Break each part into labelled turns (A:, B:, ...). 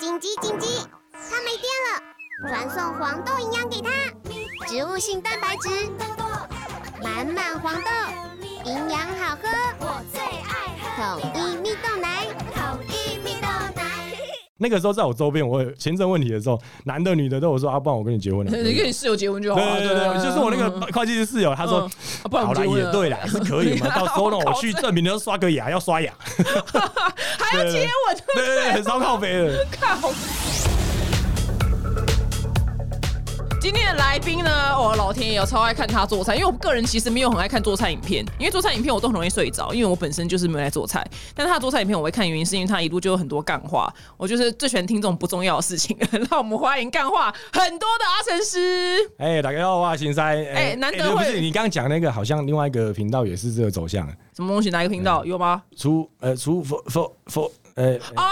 A: 紧急紧急！它没电了，传送黄豆营养给它，植物性蛋白质，满满黄豆，营养好喝，
B: 我最爱
A: 统一蜜豆奶。
B: 统一蜜豆奶。
C: 那个时候在我周边，我有签证问题的时候，男的女的都有说啊，不然我跟你结婚了。
D: 你跟哦你室友结婚就好啊了。
C: 对对对，就是我那个会计师室友，他说
D: 嗯，啊不然
C: 好
D: 我们
C: 啦，
D: 结婚
C: 也
D: 了
C: 对啦，是可以嘛。
D: 对啊
C: 到时候呢，
D: 我
C: 我
D: 靠
C: 去证明要刷个牙，要刷 牙，
D: 还要接吻，
C: 对对对，烧靠背的。
D: 靠！今天的来宾呢，我、老天爷，我超爱看他做菜，因为我个人其实没有很爱看做菜影片，因为做菜影片我都很容易睡着，因为我本身就是没有在做菜。但是他做菜影片我会看，原因是因为他一路就有很多干话，我就是最喜欢听这种不重要的事情。 让我们欢迎干话很多的阿成师。
C: 哎，大家好，我是新塞。哎
D: 哎难得
C: 哎不是
D: 会
C: 你刚刚讲那个，好像另外一个频道也是这个走向，啊
D: 什么东西？哪一个频
C: 嗯
D: 道有吗？
C: 除呃除否否否呃
D: 哦，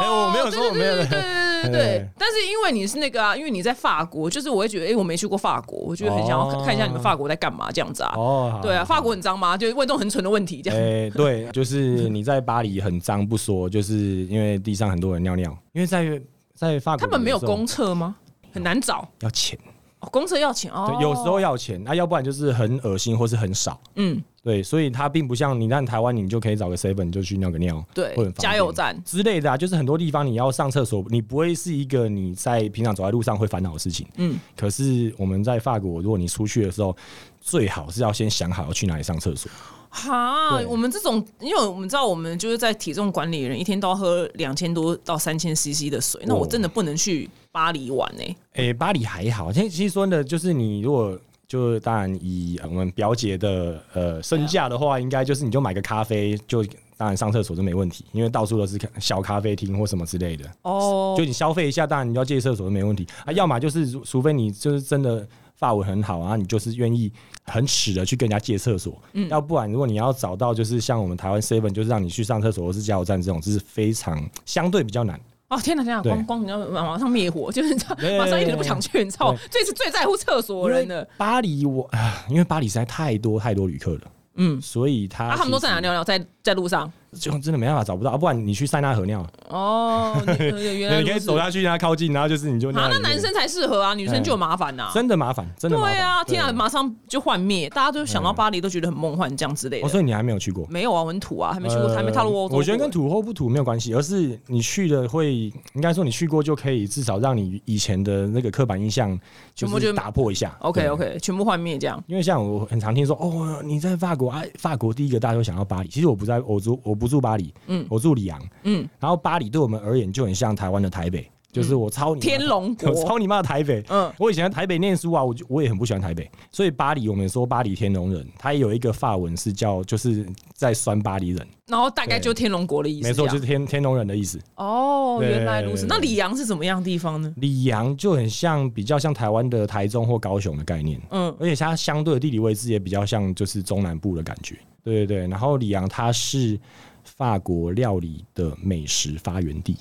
C: 哎，我没有
D: 对
C: 说我没有
D: 对对对对对对
C: 哎。
D: 但是因为你是那个啊，因为你在法国，就是我会觉得，哎、我没去过法国，我就很想要看
C: 哦
D: 看一下你们法国在干嘛这样子啊。
C: 哦，好
D: 对啊，法国很脏吗？就是问这种很蠢的问题，这样。
C: 哎、对，就是你在巴黎很脏不说，就是因为地上很多人尿尿，因为在在法国
D: 他们没有
C: 时候
D: 公厕吗？很难找
C: 要钱，
D: 哦，公厕要钱哦
C: 对，。有时候要钱，那、要不然就是很恶心或是很少，
D: 嗯，
C: 对，所以它并不像你在台湾，你就可以找个 seven 就去尿个尿，
D: 对
C: 会很方，便
D: 加油站。
C: 之类的啊，就是很多地方你要上厕所，你不会是一个你在平常走在路上会烦恼的事情。
D: 嗯，
C: 可是我们在法国，如果你出去的时候，最好是要先想好要去哪里上厕所。
D: 哈，
C: 对
D: 我们这种，因为我们知道我们就是在体重管理的人，一天都要喝两千多到三千 CC 的水，那我
C: 哦
D: 真的不能去巴黎玩呢。
C: 诶、巴黎还好，其实其实说呢，就是你如果就当然以呃我们表姐的呃身价的话，应该就是你就买个咖啡，就当然上厕所就没问题，因为到处都是小咖啡厅或什么之类的，
D: 哦
C: 就，你消费一下，当然你要借厕所都没问题啊。要么就是除除非你就是真的发文很好啊，你就是愿意很耻的去跟人家借厕所，要不然如果你要找到就是像我们台湾 seven 就是让你去上厕所或是加油站这种，这是非常相对比较难。
D: 哦天哪天哪，
C: 对
D: 光光你要马马上灭火，就是这
C: 对
D: 样，马上一点都不想去，你知道吗， 最是最在乎厕所的人
C: 因
D: 的
C: 为。巴黎我，啊因为巴黎实在太多太多旅客了，
D: 嗯
C: 嗯，所以他
D: 啊，他们都在哪？尿尿？在在路上
C: 就真的没办法找不到，啊不然你去塞纳河尿，
D: 哦， 你呃原来
C: 你可以
D: 如此
C: 走下去，让它靠近，然后就是你就
D: 啊，
C: 尿
D: 那
C: 里面
D: 男生才适合啊，女生就有麻烦呐、
C: 真的麻烦，真的麻烦嗯
D: 对啊，天啊，马上就幻灭，大家都想到巴黎都觉得很梦幻这样之类
C: 哦，所
D: 的。
C: 以你还没有去过？
D: 没有啊，我很土啊，还没去过，
C: 呃
D: 还没踏入欧洲过。
C: 我觉得跟土或不土没有关系，而是你去了会，应该说你去过就可以，至少让你以前的那个刻板印象就
D: 全部就是
C: 打破一下。
D: OK
C: 对
D: OK，全部幻灭这样。
C: 因为像我很常听说，哦，你在法国啊，法国第一个大家都想到巴黎。其实我不在，我住我不住巴黎，
D: 嗯
C: 我住里昂，
D: 嗯，
C: 然后巴黎对我们而言就很像台湾的台北，就是我操你妈
D: 天，龙
C: 嗯 我
D: 国，
C: 操你妈的台北。
D: 嗯，
C: 我以前在台北念书啊，我就我也很不喜欢台北，所以巴黎我们说巴黎天龙人，它也有一个法文是叫就是在酸巴黎人，
D: 然后大概就
C: 对
D: 天龙国的意思这
C: 没错，
D: 样。
C: 就是天天龙人的意思。
D: 哦，
C: 对
D: 原来如此。
C: 对对
D: 那里昂是怎么样的地方呢？
C: 里昂就很像比较像台湾的台中或高雄的概念，
D: 嗯，
C: 而且它相对的地理位置也比较像就是中南部的感觉。对对对，然后里昂它是法国料理的美食发源地，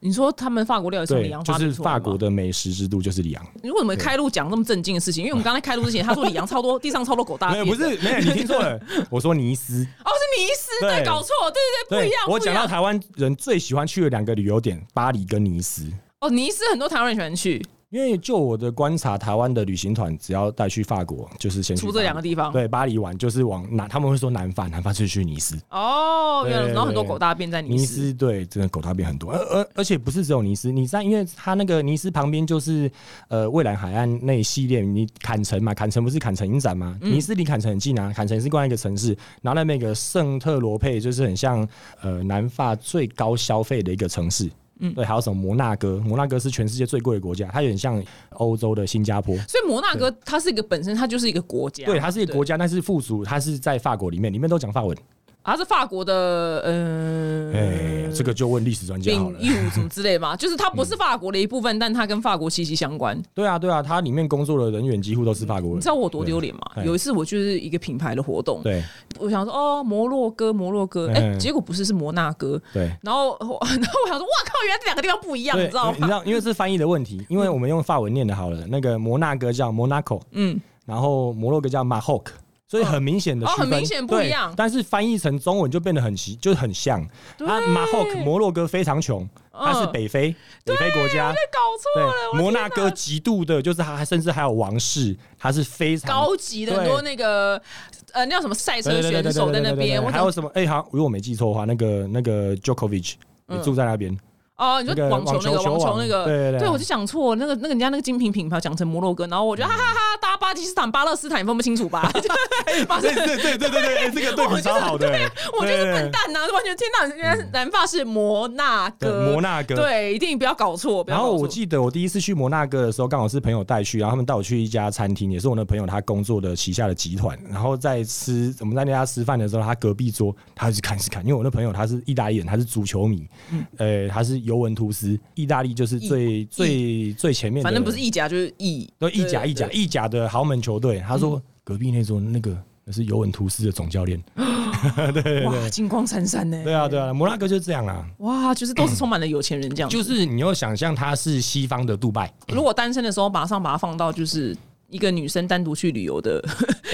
D: 你说他们法国料理从里
C: 对
D: 昂，
C: 就
D: 发
C: 是
D: 明出来
C: 法
D: 吗
C: 国的美食之都就是里昂。
D: 你为什么开路讲这么正经的事情？因为我们刚才开路之前，他说里昂超多 地上超多狗大
C: 没有，
D: 便，
C: 不是没有，你听错 了，我说尼斯。
D: 哦，是尼斯，对，
C: 对
D: 搞错，对对对，不一样，
C: 我
D: 不一
C: 讲到
D: 样。
C: 台湾人最喜欢去的两个旅游点，巴黎跟尼斯。
D: 哦，尼斯很多台湾人喜欢去，
C: 因为就我的观察，台湾的旅行团只要带去法国，就是先去
D: 出这
C: 巴黎
D: 两个地方
C: 对，巴黎玩就是往南，他们会说南法，南法就是去尼斯。
D: 哦，
C: 对
D: 原来，
C: 对
D: 然后很多
C: 对
D: 狗大便在尼
C: 尼
D: 斯，
C: 斯对，真的狗大便很多，而而而且不是只有尼斯，你在因为它那个尼斯旁边就是呃蔚蓝海岸那一系列，你坎城嘛，坎城不是坎城影展吗？尼斯离坎城很近啊，坎城是另外一个城市，然后那边有个圣特罗佩就是很像呃南法最高消费的一个城市。嗯，对，还有什么摩纳哥？摩纳哥是全世界最贵的国家，它有点像欧洲的新加坡。
D: 所以摩纳哥它是一个本身它就是一个国家，
C: 对，它是一个国家，但是附属，它是在法国里面，里面都讲法文。
D: 啊，它是法国的呃
C: 哎、这个就问历史专家好了
D: 领。域什么之类嘛， 就是它不是法国的一部分，但它跟法国息息相关。你
C: 对啊，对啊，它里面工作的人员几乎都是法国人。
D: 知道我有多丢脸吗？
C: 对
D: 有一次我就是一个品牌的活动，
C: 对
D: 我想说哦，摩洛哥，摩洛哥，哎，
C: 嗯
D: 结果不是是摩纳哥，
C: 对
D: 然后我然后我想说，哇靠，原来这两个地方不一样，你
C: 对
D: 知道，
C: 你知
D: 吗？嗯
C: 道，因为是翻译的问题，因为我们用法文念的好了。那个摩纳哥叫 Monaco，
D: 嗯，
C: 然后摩洛哥叫 Maroc，所以很明显的
D: 哦
C: 区分、
D: 很明显不一样
C: 对但是翻译成中文就变得很奇，就是很像啊。马霍克摩洛哥非常穷，它是
D: 嗯
C: 北非，北非国家。
D: 搞错了，我
C: 对，
D: 的
C: 摩
D: 天
C: 纳
D: 哪
C: 哥极度的，就是它甚至还有王室，它是非常
D: 高级的很多那个呃，那叫什么赛车
C: 对对对
D: 选
C: 对
D: 手
C: 对
D: 在那
C: 对对
D: 边，
C: 对
D: 我
C: 还有什么？哎、好像如果我没记错的话，那个那个 Djokovic 也住在那边。
D: 哦，你
C: 那
D: 说
C: 个
D: 网球
C: 网
D: 那
C: 球
D: 个
C: 球
D: 网球
C: 网
D: 那个，
C: 对对对
D: 我就讲错了，那个那个人家那个精品品牌讲成摩洛哥，然后我觉得哈哈哈，大家巴基斯坦、巴勒斯坦你分不清楚吧？马上
C: 对对对对对对，哎这个对比超好的、哎
D: 我就
C: 对
D: 是
C: 对
D: 笨蛋呐、完全天哪，原来是南发是摩纳哥，
C: 对摩纳哥
D: 对，一定不要搞错。不要
C: 然后
D: 搞错
C: 我记得我第一次去摩纳哥的时候，刚好是朋友带去，然后他们带我去一家餐厅，也是我的朋友他工作的旗下的集团。然后在吃我们在那家吃饭的时候，他隔壁桌他一直看一直看，因为我那朋友他是意大利人，他是足球迷，呃，他是尤文图斯，意大利就是最最最前面的，
D: 反正不是意甲就是意，
C: 对意甲
D: 对嗯
C: 意甲意甲的豪门球队。他说隔壁那桌那个那是尤文图斯的总教练，
D: 哎哇，金光闪闪呢。
C: 对啊对啊，摩纳哥就是这样啊，
D: 哇，就是都是充满了有钱人这样子。
C: 就是你要想象他是西方的杜 拜。
D: 如果单身的时候，马上把它放到就是一个女生单独去旅游的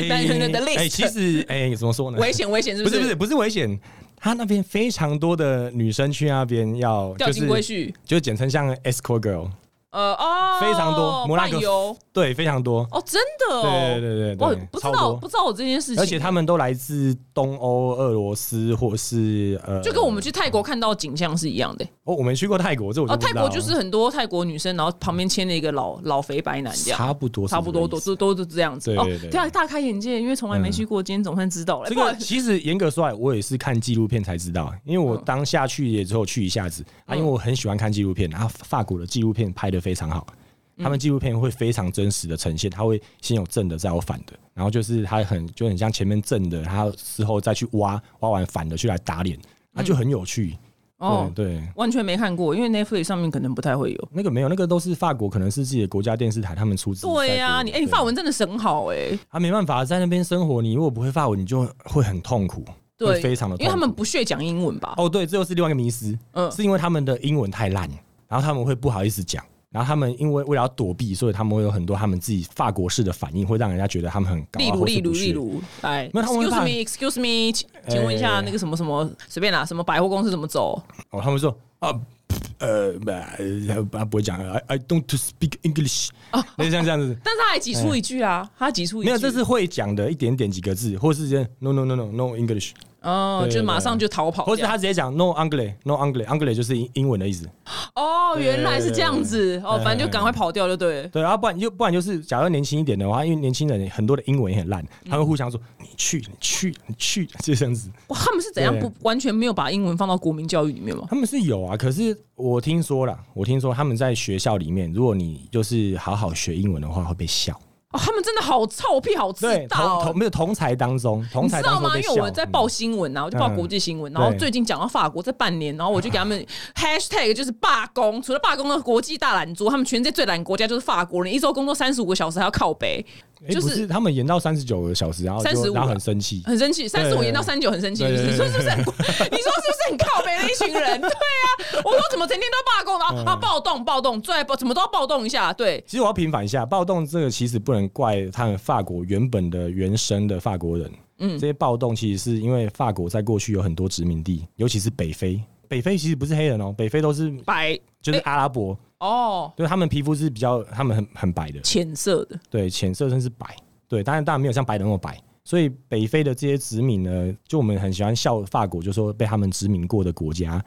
D: 单身的
C: 哎、其
D: list，
C: 实哎、怎么说呢？
D: 危险危险是
C: 不
D: 是
C: 是不是不是危险，他那边非常多的女生去那边要
D: 掉
C: 就
D: 进归
C: 是
D: 去？
C: 就简称像 escort girl，
D: 呃哦，
C: 非常多摩纳哥
D: 伴游
C: 对，非常多，
D: 哦，真的哦，
C: 对对对对对
D: 我不知
C: 超
D: 道
C: 多
D: 不知道我这件事情，
C: 而且他们都来自东欧、俄罗斯或是呃，
D: 就跟我们去泰国看到景象是一样的。
C: 哦，我没去过泰国，这我就
D: 哦，
C: 不
D: 泰
C: 知道
D: 国就是很多泰国女生，然后旁边牵了一个老老肥白男这样。
C: 差不多是
D: 差不
C: 这个
D: 多都
C: 意思
D: 都都是这样子
C: 对
D: 哦
C: 对对，嗯
D: 大大开眼界，因为从来没去过，今天总算知道了。
C: 这
D: 不
C: 个
D: 然
C: 其实严格说来，我也是看纪录片才知道，因为我当下去也只有去一下子
D: 嗯
C: 啊，因为我很喜欢看纪录片，然后法国的纪录片拍的非常好，他们纪录片会非常真实的呈现，他会先有正的，再有反的，然后就是他很就很像前面正的，他事后再去挖挖完反的去来打脸，那就很有趣。
D: 哦
C: 哦，，对，
D: 完全没看过，因为 Netflix 上面可能不太会有。
C: 那个没有，那个都是法国，可能是自己的国家电视台他们出资在做的。
D: 对呀，你哎，你
C: 对
D: 法文真的神好哎，
C: 啊，没办法，在那边生活，你如果不会法文，你就会很痛苦，
D: 对，
C: 会非常的痛苦，
D: 因为他们不屑讲英文吧？
C: 哦，对，这又是另外一个迷思，
D: 嗯
C: 是因为他们的英文太烂，然后他们会不好意思讲，然后他们因为为了要躲避，所以他们会有很多他们自己法国式的反应，会让人家觉得他们很高、啊，
D: 例如
C: 或是
D: 例如
C: 不屑
D: 例，如，哎
C: 没有他们会
D: ，excuse
C: 怕
D: me，excuse me，请请问一下
C: 哎
D: 那个什么什么，随便啦，什么百货公司怎么走？
C: 哦，他们说啊。呃，不呃，不不会讲，I I don't speak English，类似
D: 哦
C: 像这样子，
D: 但是他还挤出一句啊，他挤出一
C: 哎没
D: 句，
C: 有，这是会讲的一点点几个字，或是直接 no no no no no English，
D: 哦，
C: 对对
D: 就
C: 对
D: 马上就逃跑这
C: 或
D: 样，
C: 是啊他直接讲 no Anglais no Anglais Anglais 就是英英文的意思，
D: 哦，原来是这样子哦，
C: 对
D: 反正就赶快跑掉就对了。
C: 对，然后不然就不然就是，假如年轻一点的话，因为年轻人很多的英文也很烂，他们互相说你去你去你去就这样子。
D: 哇，他们是怎样不
C: 对
D: 完全没有把英文放到国民教育里面吗？
C: 他们是有啊，可是我听说啦，我听说他们在学校里面，如果你就是好好学英文的话，会被笑。
D: 哦，他们真的好臭屁，好哦知
C: 对，
D: 道
C: 同同没有同才当中，同
D: 你
C: 才
D: 知
C: 当
D: 道
C: 中
D: 吗？
C: 会
D: 因
C: 被
D: 为
C: 笑
D: 我在报新闻啊，我就报
C: 嗯
D: 国际新闻，
C: 对啊
D: 然后最近讲到法国这半年，然后我就给他们 hashtag 就是罢工，除了罢工的国际大懒猪，他们全世界最懒国家就是法国人，一周工作三十五个小时还要靠北，
C: 诶
D: 就
C: 不是
D: 是
C: 他们延到三十九个小时，然后
D: 35
C: 就然后
D: 了
C: 很生气。
D: 很生气，三十五
C: 对
D: 延到三九很生气，
C: 对
D: 是
C: 对
D: 不是
C: 对
D: 你说是不是很？你 说是不是很靠北的一群人？对啊，我说怎么整天都要罢工，然
C: 嗯
D: 后啊暴动暴动，最爱暴怎么都要暴动一下，对。
C: 其实我要平反一下，暴动这个其实不能怪他们法国原本的原生的法国人。嗯，这些暴动其实是因为法国在过去有很多殖民地，尤其是北非。北非其实不是黑人哦，北非都是
D: 白
C: 就是阿拉伯，
D: 哦，
C: 就是他们皮肤是比较他们很很白的，
D: 浅色的，
C: 对，浅色甚至白，对，当然当然没有像白人那么白。所以北非的这些殖民呢，就我们很喜欢笑法国，就说被他们殖民过的国家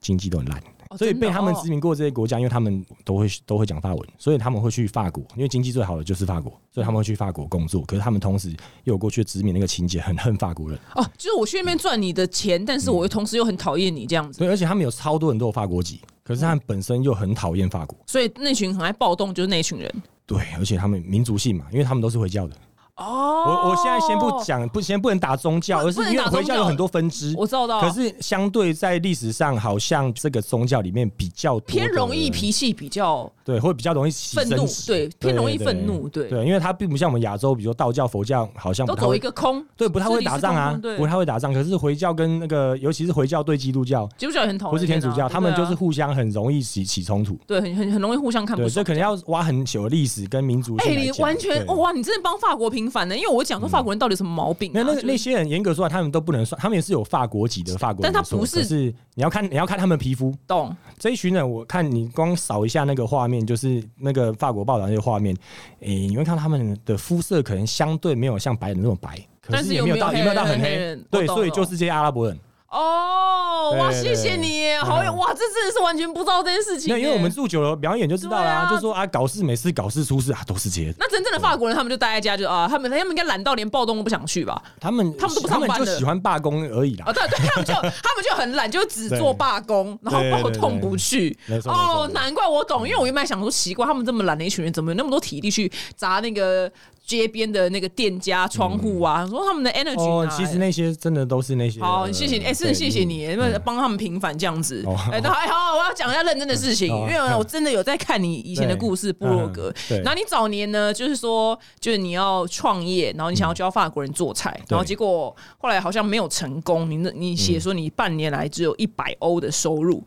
C: 经济都很烂。
D: 哦
C: 所以
D: 真的
C: 被他们
D: 哦
C: 殖民过这些国家，因为他们都会都会讲法文，所以他们会去法国，因为经济最好的就是法国，所以他们会去法国工作。可是他们同时又有过去的殖民那个情节，很恨法国人。
D: 哦，就是我去那边赚你的钱，但是我又同时又很讨厌你这样子，
C: 对，而且他们有超多人都有法国籍，可是他们本身又很讨厌法国。
D: 所以那群很爱暴动就是那群人
C: 对，而且他们民族性嘛，因为他们都是回教的。
D: 哦。
C: 我我现在先不，讲，不先不能打宗教，
D: 不
C: 而是
D: 不能
C: 因为
D: 打宗
C: 回教有
D: 教
C: 很多分支。
D: 我知道到
C: 可是相对在历史上，好像这个宗教里面比较多的
D: 偏容易脾气比较
C: 对，会比较容易起
D: 愤怒
C: 争执
D: 对偏容易愤怒对
C: 对，因为它并不像我们亚洲，比如说道教、佛教，好像
D: 都
C: 不太
D: 走
C: 会
D: 一个空，
C: 对，不太
D: 吃
C: 会
D: 力
C: 打
D: 是
C: 仗
D: 空
C: 啊
D: 空，对
C: 不，太会打仗。可是回教跟那个，尤其是回教对基督教
D: 基督教也很讨厌啊，
C: 或是天主教，
D: 对啊
C: 他们就是互相很容易起起冲突。
D: 对很很很容易互相看不
C: 对，这
D: 爽。
C: 可能要挖很久的历史跟民族
D: 哎，
C: 性来
D: 你
C: 讲
D: 完全
C: 对嗯
D: 哦哇！你真的帮法国平烦的，因为我讲说法国人到底有什么毛病、啊？
C: 那那
D: 就是
C: 那些人严格说来，他们都不能算，他们也是有法国籍的法国人没错，
D: 但他不是
C: 可是你要看你要看他们皮肤
D: 懂
C: 这一群人，我看你光扫一下那个画面，就是那个法国报道那个画面，诶、你会看到他们的肤色可能相对没有像白人那么白，可
D: 但是
C: 也
D: 有
C: 没有
D: 没有
C: 到
D: 黑
C: 也没有到
D: 人
C: 很
D: 黑
C: 黑
D: 人，我
C: 对，
D: 懂
C: 所以
D: 了
C: 就是这些阿拉伯人。
D: 哦，哇，
C: 对
D: 谢
C: 对
D: 谢
C: 对
D: 你耶，好有哇，这真的是完全不知道这件事情
C: 那
D: 耶。
C: 因为我们住久了，表演就知道啦、
D: 对啊
C: 就说啊，搞事没事，搞事出事啊，都是这些。
D: 那真正的法国人，他们就待在家，就啊，他们他们应该懒到连暴动都不想去吧？
C: 他们
D: 他们都不
C: 他
D: 上班
C: 们
D: 的
C: 就喜欢罢工而已啦。
D: 啊，对对，他们 就他们就很懒，就只做罢工，然后
C: 对对
D: 暴动不去
C: 对对没。错没错没
D: 哦，
C: 错
D: 难怪我懂，因为我原本想说奇怪，他们这么懒的一群人，怎么有那么多体力去砸那个街边的那个店家窗户啊？说他们的 energy
C: 哦，
D: 哪来
C: 其实那些真的都是那些。
D: 好，
C: 呃
D: 谢谢你，哎、真的
C: 对嗯
D: 谢谢你，那帮他们平反这样子
C: 哦。
D: 哎，那还好，我要讲一下认真的事情，因
C: 哦
D: 为我真的有在看你以前的故事，
C: 对
D: 部落格
C: 嗯。对
D: 然后你早年呢，就是说，就是你要创业，然后你想要教法国人做菜，然后结果后来好像没有成功。你那你写
C: 嗯
D: 说你半年来只有一百欧的收入。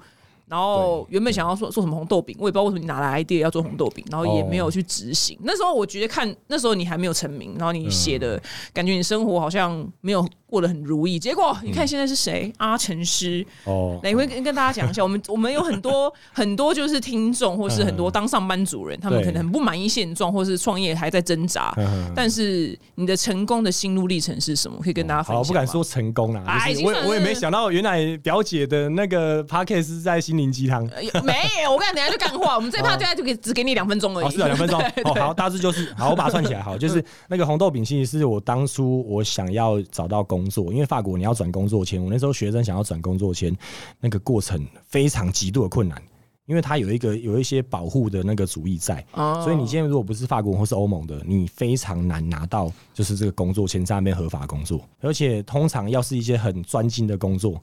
D: 然后原本想要做做什么红豆饼，我也不知道为什么你拿来 idea 要做红豆饼，然后也
C: 哦
D: 没有去执行。那时候我觉得看那时候你还没有成名，然后你写
C: 嗯
D: 的、感觉你生活好像没有过得很如意。结果你看现在是
C: 嗯
D: 谁？阿成师，
C: 哦，
D: 来会跟跟大家讲一下，我们我们有很多 很多就是听众，或是很
C: 嗯
D: 多当上班族人，他们
C: 对
D: 可能很不满意现状，或是创业还在挣扎。
C: 嗯
D: 但是你的成功的心路历程是什么？可以跟大家分享
C: 哦好，
D: 吗。
C: 不敢说成功啦，
D: 哎
C: 就
D: 已
C: 是
D: 经
C: 我
D: 算
C: 也
D: 是
C: 我也没想到，原来表姐的那个 p o c a s t 是在心灵鸡汤。
D: 哎呀。没有，我跟你讲，等一下就干话。我们这一 趴
C: 哦
D: 就就给只给你两分钟而
C: 哦，
D: 已。
C: 是啊，两分钟
D: 对
C: 哦，好，大致就是好，我把它串起来，好， 就是那个红豆饼，其实是我当初我想要找到工作，因为法国你要转工作签，我那时候学生想要转工作签，那个过程非常极度的困难，因为它有一个有一些保护的那个主义在，
D: 哦
C: 所以你今天如果不是法国或是欧盟的，你非常难拿到就是这个工作签在那边合法工作，而且通常要是一些很专精的工作，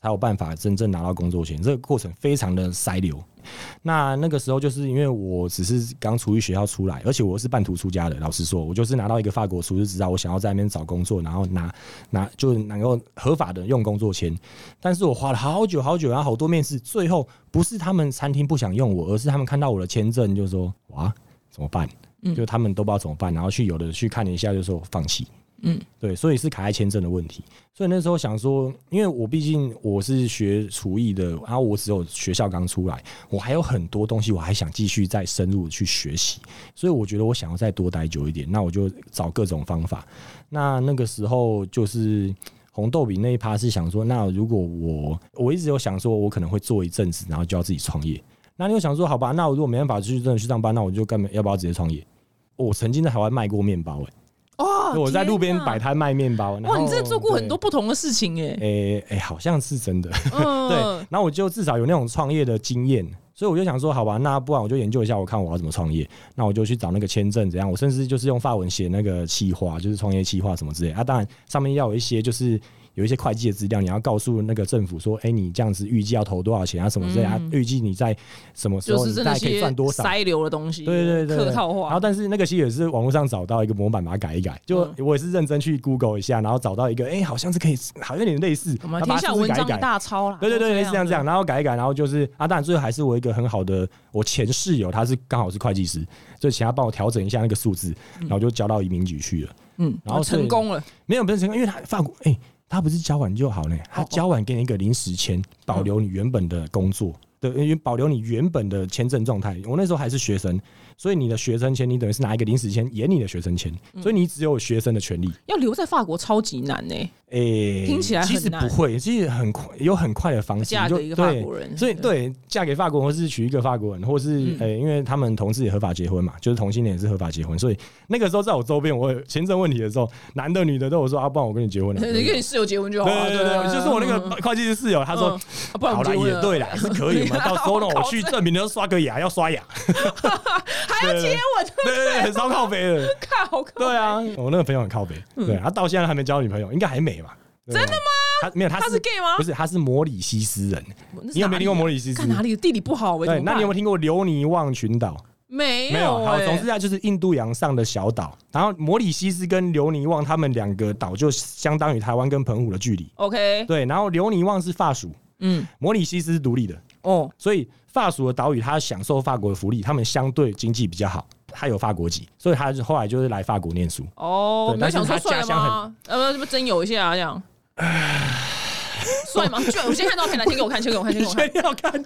C: 才有办法真正拿到工作签，这个过程非常的塞流。那那个时候就是因为我只是刚出于学校出来，而且我是半途出家的。老实说，我就是拿到一个法国厨师执照，我想要在那边找工作，然后拿拿就能够合法的用工作签。但是我花了好久好久，然后好多面试，最后不是他们餐厅不想用我，而是他们看到我的签证就说哇怎么办？就他们都不知道怎么办，然后去有的去看了一下，就说放弃。对，所以是卡在签证的问题。所以那时候想说，因为我毕竟我是学厨艺的，然后我只有学校刚出来，我还有很多东西我还想继续再深入地去学习，所以我觉得我想要再多待久一点，那我就找各种方法。那那个时候就是。红豆饼那一趴是想说，那如果我我一直有想说，我可能会做一阵子，然后就要自己创业。那你又想说，好吧，那我如果没办法去真的去上班，那我就干嘛？要不要直接创业？我曾经在台湾卖过面包、欸，
D: 哇
C: 我在路边
D: 哦天哪
C: 摆摊卖面包。然
D: 哇，
C: 后
D: 你真的做过很多？不同的事情哎、
C: 对诶诶、好像是真的。
D: 嗯，
C: 对，然后我就至少有那种创业的经验，所以我就想说，好吧，那不然我就研究一下，我看我要怎么创业。那我就去找那个签证怎样，我甚至就是用法文写那个企划，就是创业企划什么之类啊。当然上面要有一些就是。有一些会计的资料，你要告诉那个政府说，哎、你这样子预计要投多少钱啊，什么之类啊，预计你在什么时
D: 嗯就
C: 候
D: 是
C: 你
D: 真
C: 大
D: 的
C: 概可以
D: 些
C: 赚多少，
D: 塞流的东西，
C: 对对对对，
D: 客套话。
C: 然后，但是那个其实也是网络上找到一个模板，把它改一改。就
D: 嗯
C: 我也是认真去 Google 一下，然后找到一个，哎、好像是可以，好像有点类似，然
D: 我们
C: 后
D: 天
C: 把
D: 下
C: 它
D: 文
C: 改一
D: 章
C: 改
D: 一。大抄啦，
C: 对对对，类似
D: 都
C: 这样这
D: 的
C: 样，然后改一改，然后就是啊，当然最后还是我一个很好的，我前室友他是刚好是会计师，所以请他帮我调整一下那个数字，然后就交到移民局去了。
D: 嗯，
C: 然后所以
D: 成功了，
C: 没有不是成功，因为他法国哎、他不是交完就好呢，他交完给你一个临时签，保留你原本的工作。对，因为保留你原本的签证状态。我那时候还是学生，所以你的学生签，你等于是拿一个临时签延你的学生签，所以你只有学生的权利。
D: 要留在法国超级难呢、
C: 诶、
D: 听起来很
C: 其实
D: 难
C: 不会，其实很快有很快的方式，
D: 嫁
C: 你就
D: 给一个
C: 对
D: 法国人
C: 所以对嫁给法国人，或是娶一个法国人，或是诶、因为他们同志也合法结婚嘛，就是同性恋也是合法结婚，所以那个时候在我周边，我有签证问题的时候，男的女的都有说啊，不然我跟你结婚 了，
D: 你跟你室友结婚就好啊了、
C: 对对对，就是我那个会计师室友，他说
D: 嗯。啊不然
C: 好
D: 我
C: 啦，
D: 们结婚
C: 也
D: 了
C: 对啦，是可 以嘛。到时候呢，我去证明的时候刷个牙，要刷牙，
D: 还要接吻，
C: 对对对，很烧靠背的。
D: 看好嗯看。
C: 对啊，我那个朋友很靠背，对，他到现在还没交女朋友，应该还没吧？真的吗？他没有，他
D: 他是 gay 吗
C: 不是，他是摩里西斯人。
D: 那是哪里
C: 你有
D: 啊，
C: 没有听过摩里西斯
D: 看？哪里地理不好、欸？
C: 对，那你有没有
D: 有
C: 听过留尼旺群岛？
D: 没
C: 没有，好，
D: 欸
C: 总之它就是印度洋上的小岛。然后摩里西斯跟留尼旺他们两个岛就相当于台湾跟澎湖的距离。
D: OK，
C: 对，然后留尼旺是法属，
D: 嗯，
C: 摩里西斯是独立的，
D: 哦，
C: 所以法属的岛屿它享受法国的福利，他们相对经济比较好。他有法国籍，所以他后来就是来法国念书。
D: 哦，
C: 对
D: 没有
C: 但是
D: 想说
C: 他
D: 帅
C: 家乡
D: 吗？呃，什么真有一下、啊、这 样。帅吗？就我先看照片来，先给我看，先给我看，先
C: 你
D: 给我看。
C: 确定要看？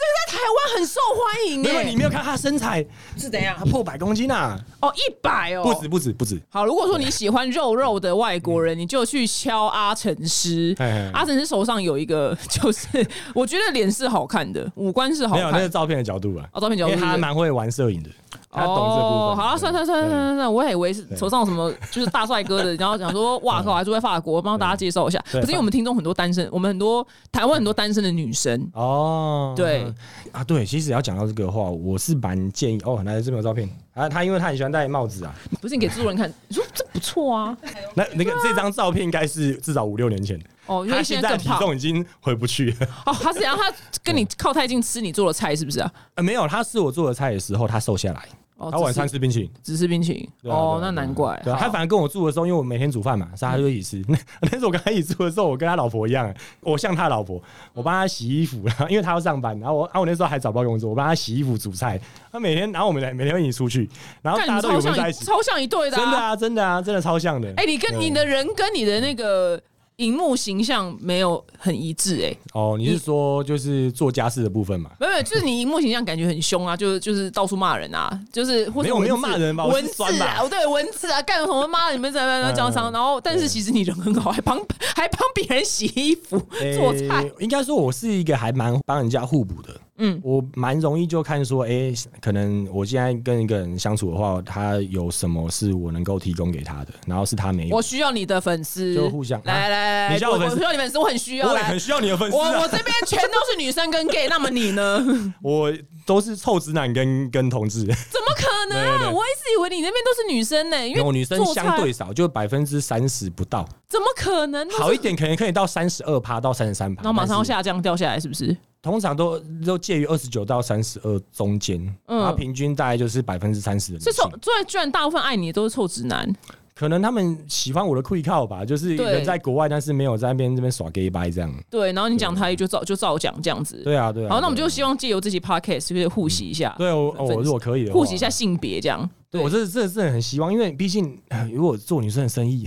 D: 在台湾很受欢迎欸
C: 没有，你
D: 耶，
C: 没有看他身材，
D: 是怎样
C: 他？破百公斤啊！
D: 哦，一百哦，
C: 不止，不止，不止。
D: 好，如果说你喜欢肉肉的外国人，你就去敲阿成师
C: 嘿嘿。
D: 阿成师手上有一个，就是我觉得脸是好看的，五官是好
C: 没有，那
D: 看
C: 是。照片的角度啊。
D: 哦，照片角
C: 因为
D: 度是不是
C: 他蛮会玩摄影的，他懂这部
D: 哦
C: 分。
D: 好了，
C: 对
D: 算算算算
C: 对
D: 算算，我也以为是手上有 什么就是大帅哥的，然后想说哇靠，还住在法国，帮大家介绍一下。可
C: 对
D: 是因为我们听众很多单身，我们很多台湾很多单身的女生，
C: 哦，
D: 对
C: 啊，对，其实要讲到这个的话，我是蛮建议哦，来这边有照片啊，他因为他很喜欢戴帽子啊，
D: 不是你给制作人看， 你说这不错啊。
C: 那那个这张照片应该是至少五六年前，
D: 哦，因
C: 他
D: 为
C: 现
D: 现
C: 在
D: 在
C: 体
D: 更胖
C: 重已经回不去了。
D: 哦，他是怎样？他跟你靠太近吃你做的菜是不是啊？
C: 啊没有，他是我做的菜的时候，他瘦下来，
D: 哦
C: 他晚
D: 只
C: 餐
D: 是
C: 吃冰淇淋。
D: 只吃冰淇淋。
C: 对啊对
D: 哦，
C: 啊
D: 那难怪。
C: 对啊，
D: 好嗯
C: 他反正跟我住的时候，因为我每天煮饭嘛，所以他就一起吃。 但是我跟他一起住的时候，我跟他老婆一样，我像他老婆，我帮他洗衣服，然后因为他要上班，然后我，啊，我那时候还找不到工作，我帮他洗衣服、煮菜。他每天，然后我们俩每天会一起出去，然后大
D: 干
C: 家都以
D: 你
C: 为
D: 超
C: 我们在
D: 像
C: 一
D: 一
C: 起，
D: 超像一对的、
C: 真的。啊，真的啊，真的超像的。
D: 哎、你跟你的人跟你的那个荧幕形象没有很一致哎、
C: 哦，你是说就是做家事的部分嘛？
D: 没有，没有，就是你荧幕形象感觉很凶啊，就是就是到处骂人啊，就是或者
C: 没有没有骂人吧我是
D: 文字
C: 酸
D: 啊，
C: 吧
D: 哦对文字啊，干什么骂你们在那讲
C: 嗯
D: 伤，然后但是其实你人很好，还帮还帮别人洗衣服、
C: 诶
D: 做菜，
C: 呃应该说我是一个还蛮帮人家互补的。
D: 嗯
C: 嗯，我蛮容易就看说，哎、可能我现在跟一个人相处的话，他有什么是我能够提供给他的，然后是他没有。
D: 我需要你的粉丝，
C: 就互相
D: 来
C: 啊
D: 来来
C: 你
D: 来，
C: 需要
D: 我
C: 我粉丝
D: 我需要你粉丝，我很需要
C: 我也
D: 来
C: 很。需要你的粉丝、
D: 我
C: 啊，
D: 我这边全都是女生跟 gay，那么你呢？
C: 我都是臭直男跟跟同志，
D: 怎么可能？啊
C: 对对
D: 我一直以为你那边都是女生呢、因为
C: 然后女生
D: 做菜
C: 相对少，就百分之三十不到，
D: 怎么可能呢？
C: 好一点可能可以到三十二趴到三十三趴，
D: 然后马上要
C: 但是
D: 下降掉下来，是不是？
C: 通常都都介于二十九到三十二中间，
D: 嗯
C: 然后平均大概就是百分之三十的女
D: 这
C: 性
D: 臭，最居然大部分爱你的都是臭直男，
C: 可能他们喜欢我的 quick call 吧，就是
D: 对
C: 人在国外，但是没有在那边这边耍 gay 拜这样。
D: 对。然后你讲台语就照就照讲这样子。
C: 对啊，对啊。
D: 好，那我们
C: 对啊
D: 就希望借由这期 podcast 就是互洗一下，
C: 对我，哦
D: 粉丝
C: 我如果可以的话，
D: 互洗一下。性别这样。
C: 对我这这是很希望，因为毕竟呃如果做女生的生 意，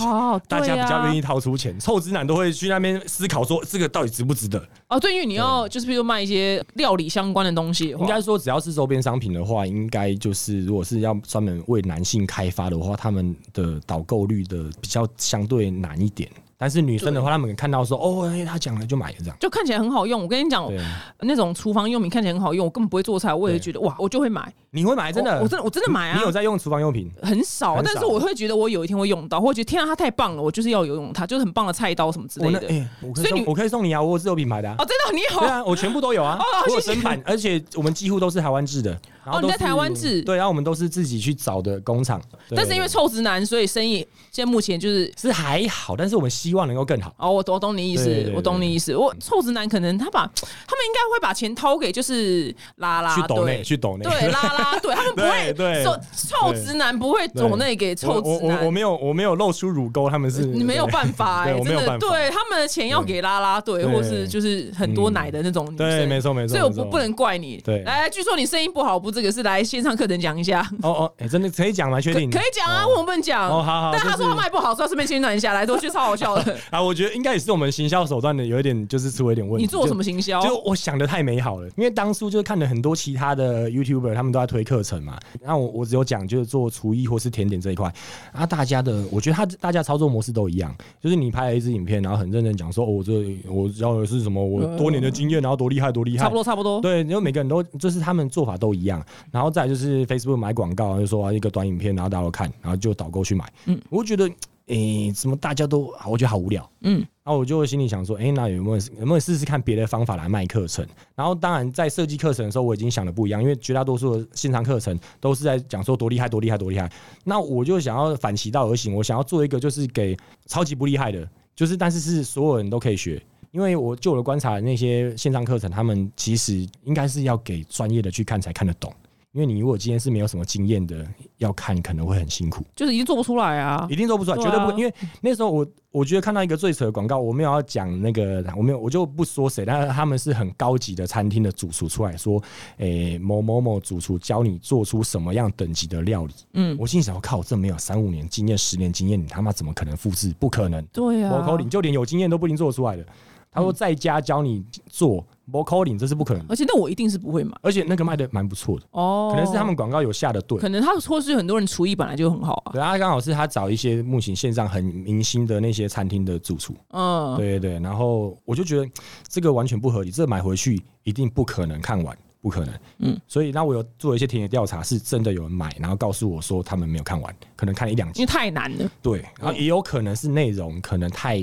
D: 哦，
C: 大家
D: 对啊
C: 比较愿意掏出钱，臭直男都会去那边思考说这个到底值不值得。
D: 哦，对，因为你要就是比如卖一些料理相关的东西的话，
C: 应该说，只要是周边商品的话，应该就是如果是要专门为男性开发的话，他们的导购率的比较相对难一点。但是女生的话，他们可能看到说哦，哎他讲了就买了这样。
D: 就看起来很好用。我跟你讲，
C: 对，
D: 那种厨房用品看起来很好用，我根本不会做菜，我也会觉得哇，我就会买，
C: 你会买真的？
D: 我我真的我真的买啊
C: 你有在用厨房用品？
D: 很少，
C: 很少
D: 但是我会觉得我有一天会用到，或者觉得天啊，它太棒了，我就是要有用它，就是很棒的菜刀什么之类
C: 我那
D: 的。
C: 哎，我可以
D: 所以你
C: 送，我可以送你啊，我有自有品牌的啊
D: 哦，。真的，你有
C: 对啊，我全部都有啊，我有
D: 谢谢
C: 整版，而且我们几乎都是台湾制的。然后
D: 哦你在
C: 都是
D: 台湾制
C: 对，啊然后我们都是自己去找的工厂。对
D: 但是因为臭直男，所以生意现在目前就是。
C: 是还好，但是我们希望能够更好。
D: 哦，我懂，我懂你意思
C: 对对，对嗯
D: 我懂你意思。我臭直男可能他把，他们应该会把钱掏给就是拉拉
C: 去抖
D: 队
C: 内，，去抖内。
D: 啊 对拉拉队，他们不会
C: 对对
D: 臭臭直男不会抖内给
C: 我
D: 臭
C: 我
D: 直
C: 我我
D: 男，呃
C: 没有我没有露出乳沟，他们是
D: 你没有办法哎，
C: 对我没
D: 真
C: 有
D: 的，
C: 办法嗯
D: 对他们的钱要给拉拉队，
C: 对
D: 或是就是很多奶的那种女
C: 对对
D: 生，
C: 没错没错
D: 所以我
C: 没
D: 不
C: 错
D: 不能怪你。
C: 对
D: 来，据说你声音不好，不这个是来线上课程讲一下，
C: 对哦哦，哎，真的可以讲吗？确
D: 可
C: 定
D: 可以讲啊，我们讲。
C: 哦好好
D: 但他
C: 就是
D: 说他卖不好，所以顺便宣传一下，来，我觉得超好 笑的。
C: 啊，我觉得应该也是我们行销手段的有一点，就是出了一点问题。
D: 你做
C: 就
D: 什么行销？
C: 就我想的太美好了，因为当初就是看了很多其他的 YouTuber，他们都在推课程嘛。那我我只有讲就是做厨艺或是甜点这一块，啊，大家的我觉得他大家操作模式都一样，就是你拍了一支影片，然后很认真讲说，哦，我这我要的是什么，我多年的经验，然后多厉害多厉害，
D: 差不多，差不多。
C: 对，因为每个人都就是他们做法都一样，然后再来就是 Facebook 买广告，就说啊一个短影片，然后大家都看，然后就导购去买。嗯，我就觉得，诶、怎么大家都，啊我觉得好无聊。
D: 嗯
C: 嗯，然后我就心里想说，诶、那有没有有没有试试看别的方法来卖课程？然后当然在设计课程的时候，我已经想的不一样，因为绝大多数的线上课程都是在讲说多厉害、多厉害、多厉害。那我就想要反其道而行，我想要做一个就是给超级不厉害的，就是但是是所有人都可以学。因为我就我的观察，那些线上课程，他们其实应该是要给专业的去看才看得懂。因为你如果今天是没有什么经验的，要看可能会很辛苦，
D: 就是已经做不出来啊
C: 一。定做不出来，
D: 对啊
C: 绝对不会。因为那时候我我觉得看到一个最扯的广告，我没有要讲那个，我没有我就不说谁，但是他们是很高级的餐厅的主厨出来说，诶、某某某主厨教你做出什么样等级的料理。
D: 嗯，
C: 我心想，我靠，这没有三五年经验、十年经验，你他妈怎么可能复制？不可能。
D: 对啊。嗯
C: 摩口领就连有经验都不一定做得出来的。他说在家教你做摩口领，这是不可能的。
D: 而且那我一定是不会买
C: 而且那个卖的蛮不错的，
D: 哦。
C: 可能是他们，广告有下的对。
D: 可能他或是很多人厨艺本来就很好啊。
C: 对，他刚好是他找一些目前线上很明星的那些餐厅的主厨，
D: 嗯，
C: 对对对，然后我就觉得这个完全不合理，这买回去一定不可能看完，不可能。
D: 嗯
C: 嗯，所以那我有做一些田野调查，是真的有人买，然后告诉我说他们没有看完，可能看了一两
D: 因
C: 集
D: 为，太难了。
C: 对，然后也有可能是内容可能太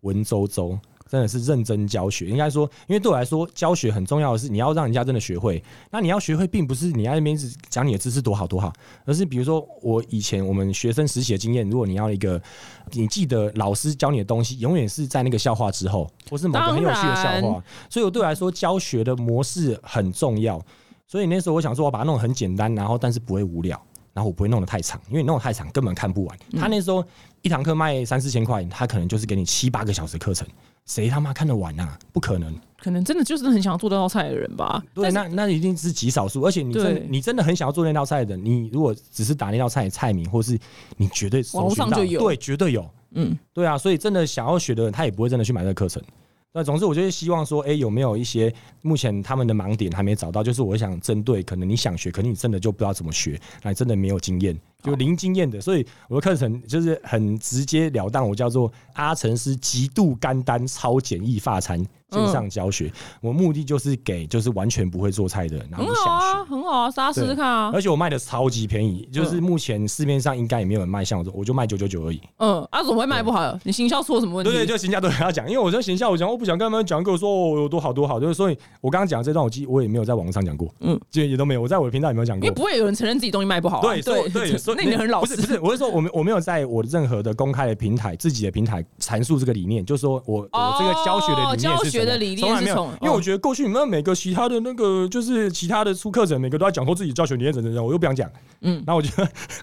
C: 文绉绉，真的是认真教学。应该说，因为对我来说，教学很重要的是你要让人家真的学会。那你要学会，并不是你在那边只讲你的知识多好多好，而是比如说我以前我们学生实习的经验，如果你要一个你记得老师教你的东西，永远是在那个笑话之后，或是某个很有趣的
D: 当
C: 笑
D: 然
C: 话。所以我对我来说，教学的模式很重要。所以那时候我想说，我把它弄得很简单，然后但是不会无聊，然后我不会弄得太长，因为你弄得太长根本看不完。他那时候一堂课卖三四千块，他可能就是给你七八个小时的课程，谁他妈看得完啊？不可能。
D: 可能真的就是很想要做这道菜的人吧。
C: 对，
D: 但是
C: 那那一定是极少数，而且你真的
D: 对
C: 你真的很想要做那道菜的，你如果只是打那道菜的菜名，或是你绝对搜
D: 网络
C: 寻
D: 上
C: 到
D: 就有
C: 对，绝对有。
D: 嗯，
C: 对啊，所以真的想要学的人，他也不会真的去买这个课程。那总之，我就是希望说，哎、有没有一些目前他们的盲点还没找到？就是我想针对，可能你想学，可能你真的就不知道怎么学，那你真的没有经验，就零经验的。所以我的课程就是很直截了当，我叫做阿成师极度干单超简易发餐线
D: 嗯
C: 上教学。我目的就是给就是完全不会做菜的人，然后
D: 很
C: 你
D: 好
C: 想学
D: 啊，。很好啊，大家试试看啊。
C: 而且我卖的超级便宜，就是
D: 嗯
C: 目前市面上应该也没有人卖像我这，我就卖九九九而已。
D: 嗯，啊，怎么会卖不好？你行销出了什么问题？
C: 对对，就形象都要讲，因为我在形象，我讲我不想跟他们讲，跟我说哦我有多好多好，就是所以，我刚刚讲这段我记，我也没有在网络上讲过，
D: 嗯
C: 嗯，就也都没有，我在我的频道也没有讲
D: 因为
C: 过。
D: 不会有人承认自己东西卖不好啊。
C: 对所以
D: 对
C: 我对，所以
D: 那你很老
C: 不是不
D: 实。
C: 是，我是说我没我没有在我的任何的公开的平台、自己的平台阐述这个理念，就是说我我这个教学的理念是什么
D: 哦教学的理念
C: 从来没有
D: 是从嗯
C: 因为我觉得过去你们每个其他的那个就是其他的出课程，每个都在讲说自己教学理念怎怎怎，我又不想讲，
D: 嗯
C: 嗯，然后我就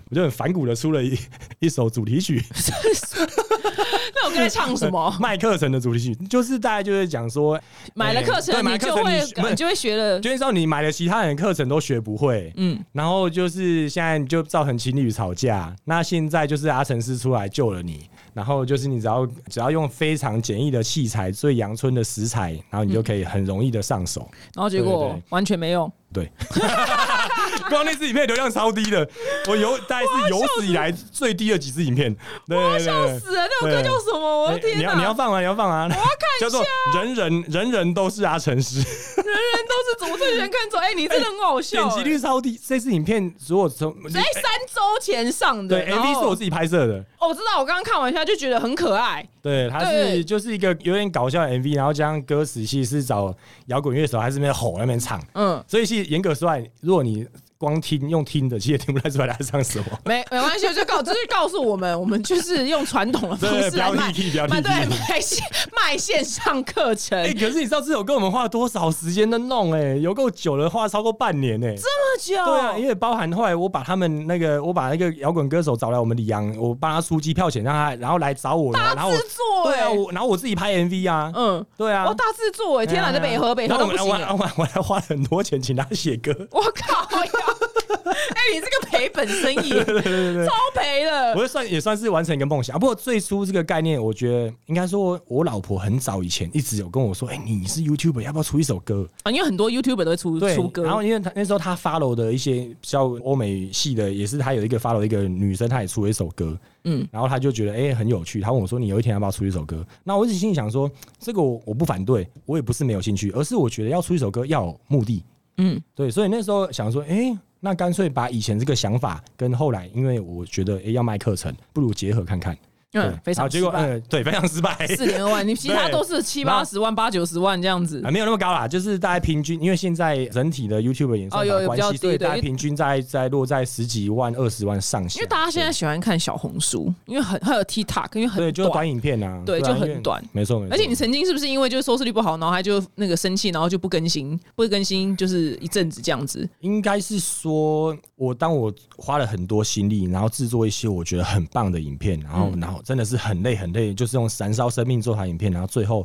C: 我就很反骨的出了一一首主题 曲，？
D: 那我刚才唱什么
C: 卖课程的主题曲，就是大概就是讲说
D: 买了课
C: 对
D: 程，
C: 买了
D: 你就
C: 课程
D: 会
C: 你不是
D: 你就会学了。
C: 就是说你买了其他人的课程都学不会，
D: 嗯，
C: 然后就是现在就造成情侣吵架。那现在就是阿成师出来救了你，然后就是你只要只要用非常简易的器材、最阳春的食材，然后你就可以很容易的上手。
D: 然后结果
C: 对对
D: 完全没用。
C: 对，不知道那支影片流量超低的，我有大概是有史以来最低的几支影片。对对对
D: 啊死了，那首歌叫什么？我的
C: 对，
D: 天
C: 你
D: 哪！
C: 要你要放啊完，你要放完，我要看叫做人人人人都是阿成师。
D: 人人都是我最喜欢看 这种，哎，你真的很好笑
C: 点。击率超低，这支影片如果从
D: 哎，三周前上的
C: 对哎 MV 是我自己拍摄的，
D: 哦，我知道，我刚刚看完一下就觉得很可爱。
C: 对，它
D: 对
C: 是就是一个有点搞笑的 MV，然后加上歌词戏是找摇滚乐手，还是那边吼那边唱，
D: 嗯，。
C: 所以其实严格说来，如果你光听用听的，其实也听不太出来他在唱什么
D: 没没关系，就告 就是告诉我们，我们就是用传统的方
C: 对
D: 式
C: 不
D: 来
C: 要
D: 卖
C: 立 K，不要
D: 卖
C: 立
D: 对
C: K。
D: 卖线卖线上课程。
C: 哎、可是你知道这首歌我们花了多少时间在弄、哎，有够久了，花了超过半年呢、哎
D: 这么久，
C: 对啊，因为包含后来我把他们那个，我把那个摇滚歌手找来我们李阳，我帮他出机票钱，让他然后来找我，然后我
D: 制作
C: 对
D: 哎、
C: 啊，我然后我自己拍 MV 啊，
D: 嗯，
C: 对啊，
D: 我大制作哎、天哪，
C: 对
D: 这
C: 啊
D: 北河北河
C: 然后我
D: 都不行
C: 我我
D: 哎、
C: 我我还花了很多钱请他写歌，
D: 我靠呀！哎、你这个赔本生 意，超赔的
C: 我。就算也算是完成一个梦想、啊不过最初这个概念，我觉得应该说，我老婆很早以前一直有跟我说：“哎、你是 YouTube，要不要出一首歌
D: 啊，因为很多 YouTuber 都会出？”
C: 对
D: 出，歌，
C: 然后因为她那时候她 follow 的一些比较欧美系的，也是她有一个 follow 一个女生，她也出了一首歌，
D: 嗯
C: 嗯，然后她就觉得哎、很有趣，她问我说：“你有一天要不要出一首歌？”那我一直心里想说，这个我我不反对，我也不是没有兴趣，而是我觉得要出一首歌要有目的，
D: 嗯，
C: 对，所以那时候想说，哎、那干脆把以前这个想法跟后来，因为我觉得，哎、要卖课程，不如结合看看。
D: 嗯
C: 对，
D: 非常
C: 好结果
D: 失败
C: 呃，对，非常失败，
D: 四点二万，你其他
C: 对
D: 都是七
C: 然后
D: 八十万、八九十万这样子
C: 啊，。没有那么高啦，就是大概平均，因为现在整体的 YouTube 演算
D: 哦有
C: 法的
D: 有比
C: 关
D: 较
C: 系，
D: 低
C: 所以
D: 对
C: 大概
D: 因为
C: 平均在在落在十几万、二十万上下。
D: 因为大家现在喜欢看小红书，因为很还有 TikTok，因为
C: 对
D: 很
C: 就是短
D: 短。
C: 影片啊，啊
D: 对就很
C: 因为
D: 短
C: 没错没错。
D: 而且你曾经是不是因为就是收视率不好，然后还就那个生气，然后就不更新，不更新就是一阵子这样子。
C: 应该是说，我当我花了很多心力，然后制作一些我觉得很棒的影片，然后、
D: 嗯
C: 然后真的是很累很累，就是用燃烧生命做台影片，然后最后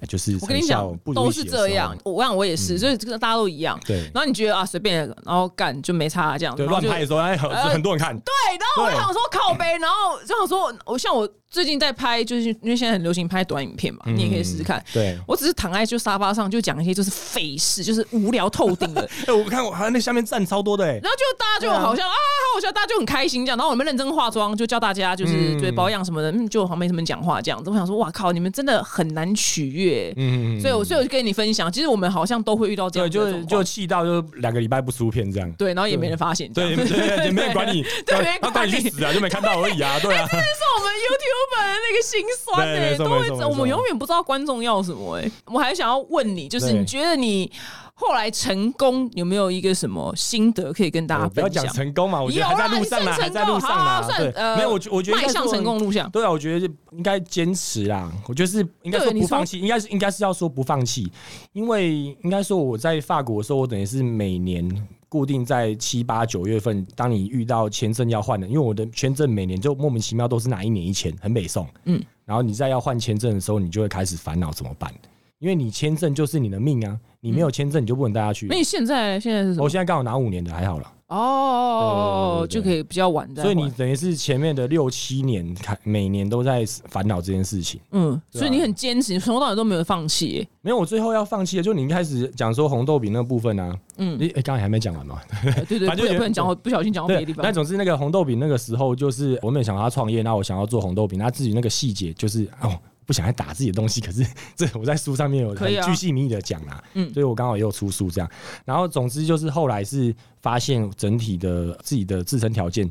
C: 呃就是
D: 我跟你
C: 成效
D: 讲
C: 不，如
D: 都
C: 预
D: 是
C: 期的时
D: 这
C: 候嗯
D: 样。，我想我也是，所以这个大家都一样。
C: 对
D: 然后你觉得啊随便，然后干就没差这样，
C: 对
D: 然后
C: 乱
D: 就
C: 拍的时候，哎，很
D: 呃
C: 很多人看，
D: 对，然后我
C: 对
D: 想说靠背，然后就想说，我像我最近在拍，就是因为现在很流行拍短影片嘛，
C: 嗯
D: 你也可以试试看。
C: 对。
D: 我只是躺在就沙发上，就讲一些就是废事，就是无聊透 顶的。
C: 哎，我看我好像那下面赞超多的哎，
D: 然后就大家就好像啊，好笑，大家就很开心这样。然后我们认真化妆，就教大家就是
C: 嗯
D: 对保养什么的，嗯，就好像没什么人讲话这样子。我想说，哇靠，你们真的很难取悦。
C: 嗯，
D: 所以我所以我就跟你分享，其实我们好像都会遇到这
C: 对，
D: 样子
C: 就
D: 的状
C: 就
D: 况。
C: 气到就两个礼拜不出片这样。
D: 对，然后也没人发现，这
C: 对
D: 样
C: 对
D: 子
C: 对，对没人管你，
D: 对没人
C: 他
D: 管
C: 管
D: 你
C: 你去死啊，就没看到而已啊，对 啊，
D: 这是我们 YouTube 的那个心酸
C: 对
D: 哎、
C: 没错
D: 都会
C: 没错
D: 这
C: 没错
D: 我们永远不知道观众要什么哎、我还想要问你，就是
C: 对
D: 你觉得你后来成功有没有一个什么心得可以跟大家
C: 不要
D: 分享
C: 讲？成功嘛，我觉
D: 有
C: 得还在路
D: 啦，
C: 上
D: 你
C: 啦，还
D: 算
C: 在
D: 成
C: 路
D: 功，
C: 上
D: 好啊，
C: 啦，
D: 算
C: 对，
D: 呃，
C: 没有，我觉我觉得应
D: 迈
C: 该
D: 向
C: 说
D: 成功。路向。
C: 对啊，我觉得应该坚持啦。我就是应该说
D: 对你
C: 不
D: 说
C: 放弃，应该是应该是要说不放弃，因为应该说我在法国的时候，我等于是每年固定在七八九月份，当你遇到签证要换的，因为我的签证每年就莫名其妙都是哪一年一签，很北宋。
D: 嗯
C: 嗯，然后你再要换签证的时候，你就会开始烦恼怎么办，因为你签证就是你的命啊，你没有签证你就不能带他去
D: 那。你现在现嗯在是什么
C: 我？现在刚好拿五年的，还好啦。
D: 哦哦，哦
C: 对对对对
D: 就可以比较晚再
C: 所以你
D: 还
C: 等于是前面的六七年，看每年都在烦恼这件事情。
D: 嗯，
C: 对啊
D: 所以你很坚持，你从头到尾都没有放弃耶。
C: 没有，我最后要放弃的，就你一开始讲说红豆饼那部分啊，嗯，
D: 嗯
C: 你诶刚、才还没讲完嘛？
D: 哎对对，
C: 反
D: 不
C: 正
D: 能
C: 也
D: 不能讲到，不小心讲到别的地方
C: 那。总之那个红豆饼那个时候，就是我本想要创业，那我想要做红豆饼，那自己那个细节就是哦。不想再打自己的东西，可是这我在书上面有
D: 可
C: 很
D: 以啊
C: 巨细靡遗的讲啦，
D: 嗯
C: 所以我刚好也有出书这样。然后总之就是后来是发现整体的自己的自身条件，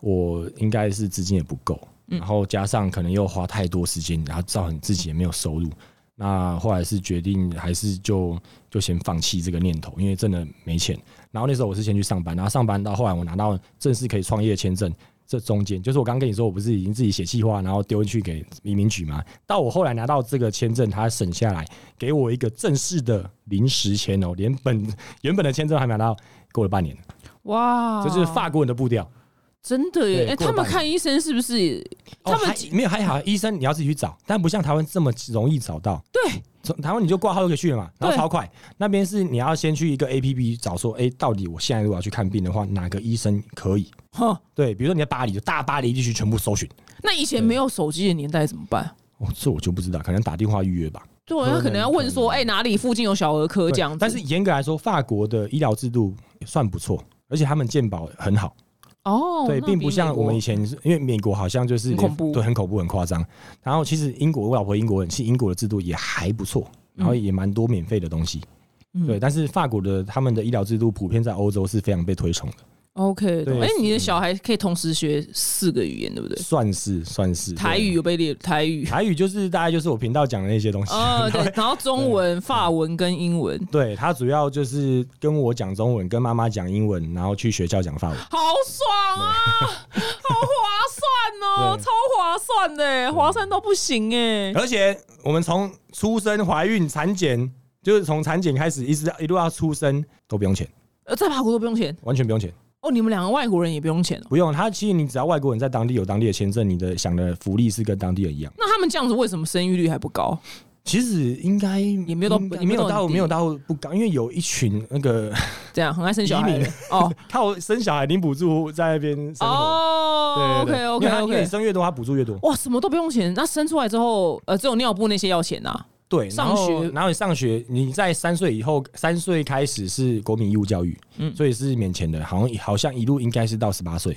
C: 我应该是资金也不够，
D: 嗯
C: 然后加上可能又花太多时间，然后造成自己也没有收入。那后来是决定还是就就先放弃这个念头，因为真的没钱。然后那时候我是先去上班，然后上班到后来我拿到正式可以创业签证，这中间就是我刚跟你说，我不是已经自己写计划，然后丢去给移民局嘛？到我后来拿到这个签证，他省下来给我一个正式的临时签哦，连本 原本的签证还没拿到，过了半年，
D: 哇，
C: 这就是法国人的步调。
D: 真的耶！
C: 对
D: 哎，
C: 过
D: 他们
C: 半年
D: 看医生是不是？他
C: 哦
D: 们
C: 还没有还好，医生你要自己去找，但不像台湾这么容易找到。
D: 对，
C: 从台湾你就挂号就可以去了嘛，然后
D: 对
C: 超快。那边是你要先去一个 A P P 找说，哎、到底我现在如果要去看病的话，哪个医生可以？
D: 哼，
C: 对，比如说你在巴黎，就大巴黎地区全部搜寻。
D: 那以前没有手机的年代怎么办？
C: 哦，这我就不知道，可能打电话预约吧。
D: 对，他可能要问说，
C: 可能
D: 哎，哪里附近有小儿科
C: 对
D: 这样子？
C: 但是严格来说，法国的医疗制度算不错，而且他们健保很好。
D: 哦，
C: 对，
D: 那
C: 并
D: 比
C: 不
D: 美
C: 像我
D: 国
C: 们以前是，因为美国好像就是
D: 很
C: 连
D: 恐怖
C: 对，很恐怖，很夸张。然后其实英国，我老婆英国人，其实英国的制度也还不错，然后也蛮多免费的东西。
D: 嗯
C: 对，但是法国的他们的医疗制度普遍在欧洲是非常被推崇的，
D: OK，懂
C: 对
D: 哎，你的小孩可以同时学四个语言，对不对？
C: 算是算是
D: 台语。有被列台语
C: 对，台语就是大概就是我频道讲的那些东西。
D: 哦，对，然后中文、法文跟英文，
C: 对他主要就是跟我讲中文，跟妈妈讲英文，然后去学校讲法文。
D: 好爽啊，好划算 哦，
C: 对
D: 超划算的，欸划算到不行哎。
C: 而且我们从出生、怀孕、产检，就是从产检开始，一直到一路到出生都不用钱，
D: 呃，在法国都不用钱
C: 完全不用钱。
D: 哦，你们两个外国人也不用钱哦。
C: 不用，他其实你只要外国人在当地有当地的签证，你的想的福利是跟当地人一样。
D: 那他们这样子为什么生育率还不高？
C: 其实应该也
D: 没有到也没
C: 没
D: 有
C: 有
D: 到很
C: 到
D: 低
C: 没有到不高，因为有一群那 个
D: 这样很爱生小孩
C: 移
D: 的
C: 民
D: 哦
C: 靠生小孩领补助在那边生活。
D: 哦
C: 对对对
D: ，OK OK
C: 因为他因为
D: OK
C: 你。生越多，他补助越多。
D: 哇，什么都不用钱，那生出来之后，呃，只有尿布那些要钱啊呐、
C: 对，然后
D: 上学
C: 然后你上学，你在三岁以后，三岁开始是国民义务教育，
D: 嗯
C: 所以是免钱的，好像好像一路应该是到十八岁。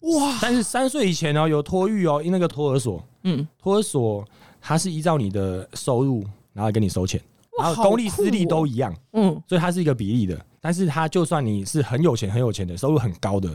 D: 哇，
C: 但是三岁以前哦，有托育哦，那个托儿所，
D: 嗯，
C: 托儿所它是依照你的收入，然后给你收钱，
D: 哇
C: 然后
D: 好
C: 公立
D: 酷
C: 私立
D: 哦
C: 都一样。
D: 嗯，
C: 所以它是一个比例的。但是它就算你是很有钱、很有钱的，收入很高的，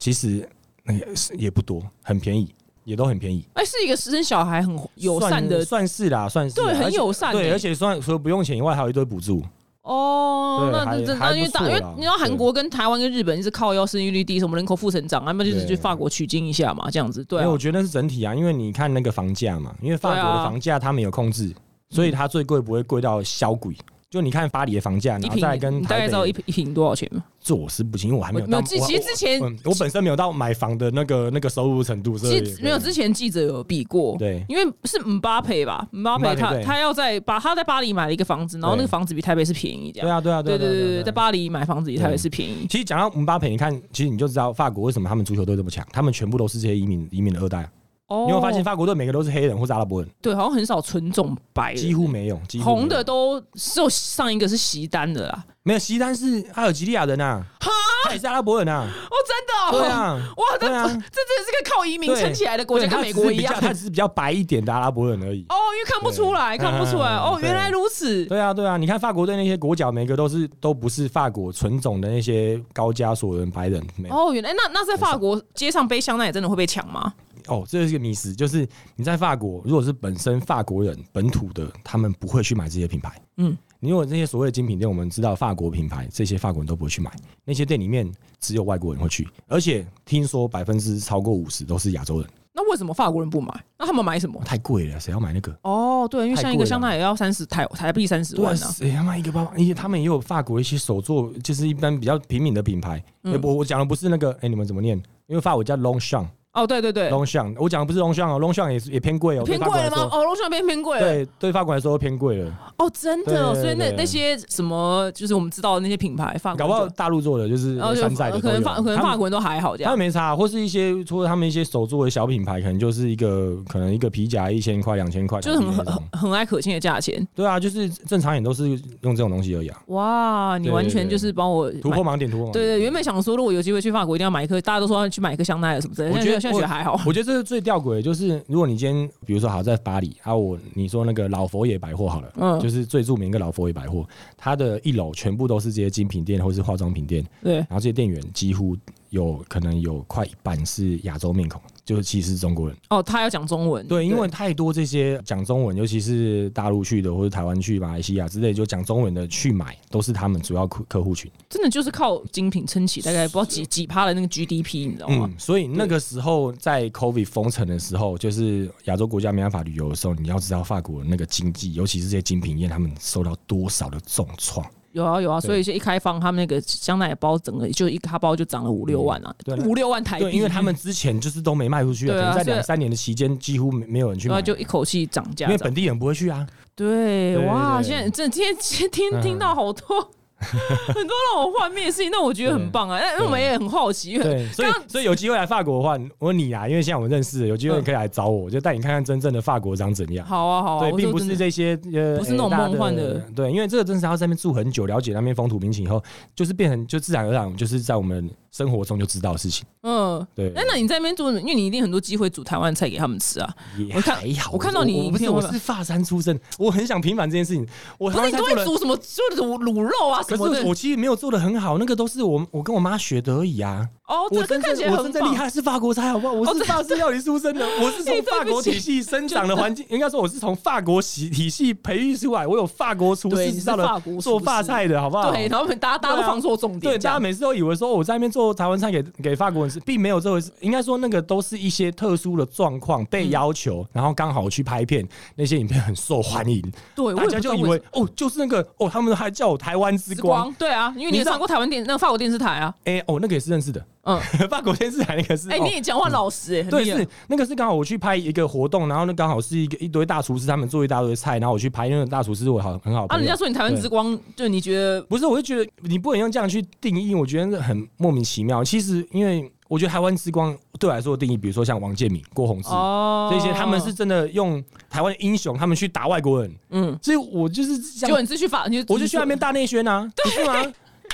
C: 其实那个是也不多，很便宜。也都很便宜。
D: 哎，是一个生小孩很友善的
C: 算算是啦，算是啦
D: 对很
C: 而且
D: 友善欸
C: 对，而且算除了不用钱以外，还有一堆补助。
D: 哦，
C: 对
D: 那
C: 还
D: 这这
C: 还
D: 那因为
C: 不
D: 大，
C: 错
D: 因为
C: 啦
D: 你知道韩国跟台湾跟日本一直靠腰生育率低，什么人口负成长，他们就是去
C: 对
D: 法国取经一下嘛，这样子对
C: 因
D: 啊
C: 为我。觉得那是整体啊，因为你看那个房价嘛，因为法
D: 对
C: 国
D: 啊嗯
C: 的房价他们有控制，所以它最贵不会贵到销鬼。就你看巴黎的房价，
D: 一
C: 然后
D: 瓶
C: 再来跟
D: 你大概
C: 台
D: 知道一
C: 北，
D: 瓶一瓶多少钱吗？
C: 这我是不行，因为我还没有
D: 没有
C: 到。
D: 之
C: 我
D: 其实之前
C: 嗯我本身没有到买房的那个那个收入程度，所以
D: 记没有
C: 对
D: 之前记者有比过，
C: 对
D: 因为是姆巴佩吧，姆巴
C: 姆
D: 佩
C: 巴佩
D: 他
C: 对
D: 他要在把他在巴黎买了一个房子，然后那个
C: 对
D: 房子比台北是便宜，这
C: 对
D: 样。
C: 啊对啊
D: 对
C: 对
D: 对对对，在
C: 对。
D: 巴黎买房子比台北是便宜。
C: 其实讲到姆巴佩，你看，其实你就知道法国为什么他们足球队这么强，他们全部都是这些移民移民的二代。啊
D: 哦
C: 你有没有发现法国队每个都是黑人或是阿拉伯人，
D: 对，好像很少纯种白人，
C: 几乎没有，几乎没有
D: 红的都只有上一个是席丹的啦。
C: 没有。西丹是阿尔及利亚人啊，他也是阿拉伯人啊，
D: 哦，真的、哦，
C: 对啊，
D: 哇，这、
C: 对啊
D: 这真的是个靠移民
C: 对
D: 撑起来的国家，
C: 对
D: 跟美国一样
C: 他只是比较。他只是比较白一点的阿拉伯人而已。
D: 哦，因为看不出来，
C: 对
D: 看不出来。
C: 嗯
D: 哦，
C: 对
D: 原来如此。
C: 对啊，对啊，你看法国队那些国脚，每个都是都不是法国纯种的那些高加索人、白人，没有
D: 哦，原来那那在法国街上背香奈也真的会被抢吗？
C: 哦，这是一个迷思，就是你在法国，如果是本身法国人本土的，他们不会去买这些品牌。
D: 嗯
C: 嗯，你有这些所谓的精品店，我们知道法国品牌，这些法国人都不会去买，那些店里面只有外国人会去，而且听说百分之超过五十都是亚洲人，
D: 那为什么法国人不买？那他们买什么？
C: 太贵了，谁要买那个？
D: 哦，对，因为像一
C: 太贵
D: 个
C: 了
D: 香奈也要三十台台币三十
C: 对啊，
D: 万呢、
C: 谁他妈一个包？而且他们也有法国一些手作，就是一般比较平民的品牌。
D: 嗯
C: 欸我我讲的不是那个，哎、你们怎么念？因为法文叫 Longchamp，Longchamp，、
D: 哦，对对对，
C: 我讲的不是 Longchamp 哦，Longchamp 也是也偏贵哦，
D: 偏
C: 对法国
D: 贵了
C: 来
D: 吗
C: 说？
D: 哦，龙翔变偏贵了。
C: 对，对法国来说偏贵了，
D: 哦，真的哦，
C: 对对
D: 所以那
C: 对
D: 那些什么，就是我们知道的那些品牌，法国
C: 搞不好
D: 就，
C: 大陆做的就是
D: 然后就呃
C: 山寨的都
D: 可
C: 有
D: 能法可能
C: 他
D: 法
C: 们
D: 国人都还好这
C: 他
D: 样
C: 们。没差，或是一些除了他们一些手做的小品牌，可能就是一个可能一个皮夹一千块、两千块，
D: 就是很
C: 那
D: 很
C: 种
D: 很很爱可亲的价钱，
C: 对啊，就是正常也都是用这种东西而已啊，
D: 哇！你
C: 对
D: 完
C: 对
D: 全
C: 对
D: 就是帮我
C: 突
D: 买
C: 破盲点，突破盲点。
D: 对对，原本想说，如果有机会去法国，一定要买一颗，大家都说要去买一颗香奈儿什么之类的。
C: 我觉得
D: 现在觉得还好。
C: 我觉得这是最吊诡的，就是如果你今天，比如说好在巴黎啊，我你说那个老佛爷百货好了，
D: 嗯
C: 就是最著名一个老佛爷百货，它的一楼全部都是这些精品店或是化妆品店，
D: 对，
C: 然后这些店员几乎有可能有快一半是亚洲面孔，就是其实是中国人。
D: 哦，他要讲中文。
C: 对，因为太多这些讲中文，尤其是大陆去的或者台湾去、马来西亚之类，就讲中文的去买，都是他们主要客客户群。
D: 真的就是靠精品撑起，大概不知道几几趴的那个 GDP，你知道吗？
C: 嗯，所以那个时候在 COVID 封城的时候，就是亚洲国家没办法旅游的时候，你要知道法国那个经济，尤其是这些精品业，他们受到多少的重创。
D: 有啊有啊，
C: 对
D: 所以是一开放，他们那个香奈儿包整个就一卡包就涨了五六万啊
C: 嗯对，那
D: 五六万台币。
C: 对，因为他们之前就是都没卖出去啊，
D: 对
C: 可
D: 啊
C: 能在
D: 所以
C: 两三年的期间，几乎没没有人去
D: 对啊，
C: 买，
D: 就一口气涨价
C: 因为
D: 这样。
C: 本地人不会去啊。
D: 对，
C: 对
D: 哇！
C: 对
D: 现在这今天今天听
C: 嗯
D: 听到 好多很多让我幻灭的事情，那我觉得很棒啊。但因为我们也很好奇，因为
C: 对，所以所以有机会来法国的话，我问你啊，因为现在我们认识了，有机会可以来找我，我就带你看看真正的法国长怎样。
D: 好啊好啊，
C: 对，
D: 我
C: 并
D: 说
C: 不
D: 真
C: 是
D: 的
C: 这些呃，
D: 不是那种
C: 哎大家
D: 梦幻的
C: 对，因为这个真是要在那边住很久，了解那边风土民情以后，就是变成就自然而然，就是在我们生活中就知道的事情。
D: 嗯。
C: 对，
D: 哎，那你在那边做，因为你一定很多机会煮台湾菜给他们吃啊。
C: 也
D: 我看
C: 还好。
D: 我看到你
C: 我不
D: 影
C: 是
D: 片
C: 我
D: 会吧
C: 是发山出身，我很想平反这件事情。我
D: 不
C: 发
D: 是
C: 山
D: 你
C: 做
D: 都会
C: 了，
D: 煮什么？就卤卤肉啊什
C: 可
D: 么的
C: 是。我其实没有做的很好，那个都是我我跟我妈学的而已啊。
D: 哦，
C: 我
D: 这个
C: 真
D: 看起
C: 正
D: 来
C: 我
D: 很
C: 真正厉
D: 棒。
C: 害是法国菜，好不好？我
D: 哦
C: 是法式料理出身的，我是
D: 哎
C: 从
D: 对不
C: 法国
D: 起
C: 体系生长的环境，应该说我是从法国体体系培育出来，我有法国厨
D: 对
C: 师
D: 你
C: 知
D: 是
C: 道
D: 法国
C: 的做
D: 厨
C: 法
D: 师
C: 菜的好不好？
D: 对，然后我们大家大家都
C: 对啊
D: 放错重点，
C: 对，
D: 这
C: 大
D: 样
C: 家每次都以为说我在那边做台湾菜给给法国人吃，并没有这回事。应该说那个都是一些特殊的状况被要求，然后刚好去拍片，那些影片很受欢迎，
D: 对，我
C: 大
D: 也
C: 家
D: 不知
C: 就
D: 道
C: 以
D: 为
C: 为哦，就是那个哦，他们还叫我台湾之
D: 什么
C: 光，，
D: 对啊，因为
C: 你
D: 你也
C: 知道
D: 上过台湾电那个法国电视台啊，
C: 哎、哦，那个也是认识的，
D: 嗯，
C: 法国电视台那个是，
D: 哎，
C: 哦
D: 你也讲话老实哎，很
C: 对，
D: 厉害
C: 是那个是刚好我去拍一个活动，然后那刚好是一个一堆大厨师，他们做一大堆菜，然后我去拍，那个大厨师是我好很好
D: 啊，
C: 朋友。
D: 人家说你台湾之光，就你觉得
C: 不是，我就觉得你不能用这样去定义，我觉得很莫名其妙。其实，因为我觉得台湾之光对我来说的定义，比如说像王建民、郭宏志、
D: 哦，
C: 这些，他们是真的用台湾英雄，他们去打外国人。
D: 嗯，
C: 所以我就是这
D: 就
C: 样，
D: 你是去法，你
C: 我就去那边大内宣啊，不是吗？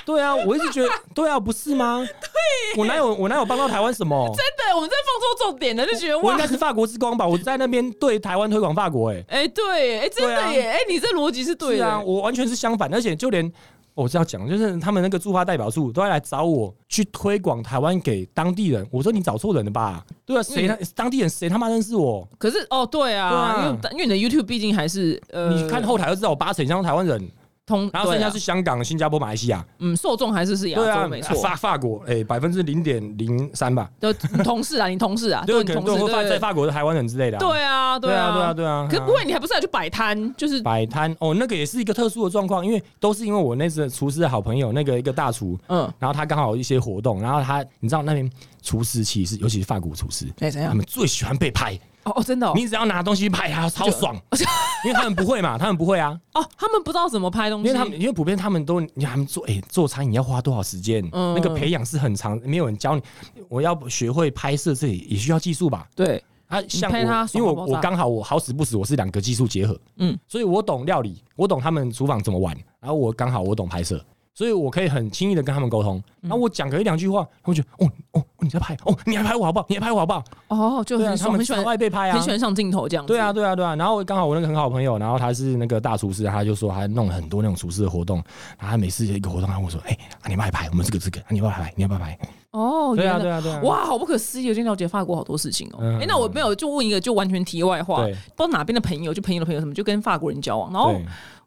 C: 对啊，我一直觉得，对啊，不是吗？对，我哪有我哪有帮到台湾什么？
D: 真的，我们在放错重点了，就觉得
C: 我
D: 哇
C: 应该，是法国之光吧？我在那边对台湾推广法国、欸，哎。
D: 哎，对，哎，真
C: 对
D: 的
C: 啊
D: 耶，哎，你这逻辑是对
C: 是啊，
D: 的，
C: 我完全是相反，而且就连哦我这样讲，就是他们那个驻华代表处都要来找我去推广台湾给当地人。我说你找错人了吧？对啊，谁、他当地人谁他妈认识我？
D: 可是哦，对啊，
C: 对啊
D: 因为因为你的 YouTube 毕竟还是呃，
C: 你看后台就知道我八成以上是台湾人，
D: 通，
C: 然后剩
D: 对
C: 下
D: 啊
C: 是香港、新加坡、马来西亚。
D: 嗯，受众还是是亚
C: 对啊
D: 洲，没错，
C: 法法国哎，百分之零点零三吧，
D: 就你同事啊，你同事啊，
C: 就
D: 就
C: 可能
D: 你
C: 对
D: 同事
C: 会
D: 对
C: 发在法国的台湾人之类的啊。
D: 对啊，
C: 对啊，对啊，
D: 啊，
C: 对啊。
D: 可不会，你还不是要去摆摊，就是
C: 摆摊哦，那个也是一个特殊的状况，因为都是因为我那次厨师的好朋友，那个一个大厨，
D: 嗯，
C: 然后他刚好有一些活动，然后他你知道那边厨师其实是尤其是法国厨师，
D: 哎，怎
C: 他
D: 样？
C: 们最喜欢被拍，
D: 哦哦，真的哦，
C: 你只要拿东西拍他超爽， 因为他们不会嘛，他们不会啊，
D: 哦，他们不知道怎么拍东
C: 因
D: 西，
C: 为他们因为普遍他们都你看他们做哎、做餐饮要花多少时间，
D: 嗯
C: 那个培养是很长，没有人教你，我要学会拍摄这里也需要技术吧。
D: 对，
C: 啊，像
D: 拍他
C: 我，因为我
D: 爽爆炸
C: 我刚好我好死不死我是两个技术结合，
D: 嗯，
C: 所以我懂料理，我懂他们厨房怎么玩，然后我刚好我懂拍摄，所以我可以很轻易的跟他们沟通。
D: 嗯
C: 然后我讲个一两句话，他们就哦哦你在拍哦，你还拍我好不好？你还拍我好不好？
D: 哦，就
C: 对啊，
D: 很
C: 他
D: 爽，
C: 们
D: 很喜
C: 超
D: 欢，
C: 爱被拍啊
D: 很喜。欢上镜头这样，
C: 对啊，，对啊，对啊。然后刚好我那个很好的朋友，然后他是那个大厨师，他就说他弄了很多那种厨师的活动，然后他每次有一个活动，他问我说：“哎、啊、你们要拍，我们这个这个，啊、你要不要拍？你要不要拍
D: 哦，？”
C: 对啊，
D: 原来
C: 对啊，对啊。
D: 哇，好不可思议！我今天了解法国好多事情哦、
C: 嗯
D: 哎、那我没有就问一个就完全题外话，不
C: 对
D: 知道哪边的朋友，就朋友的朋友什么，就跟法国人交往，然后
C: 对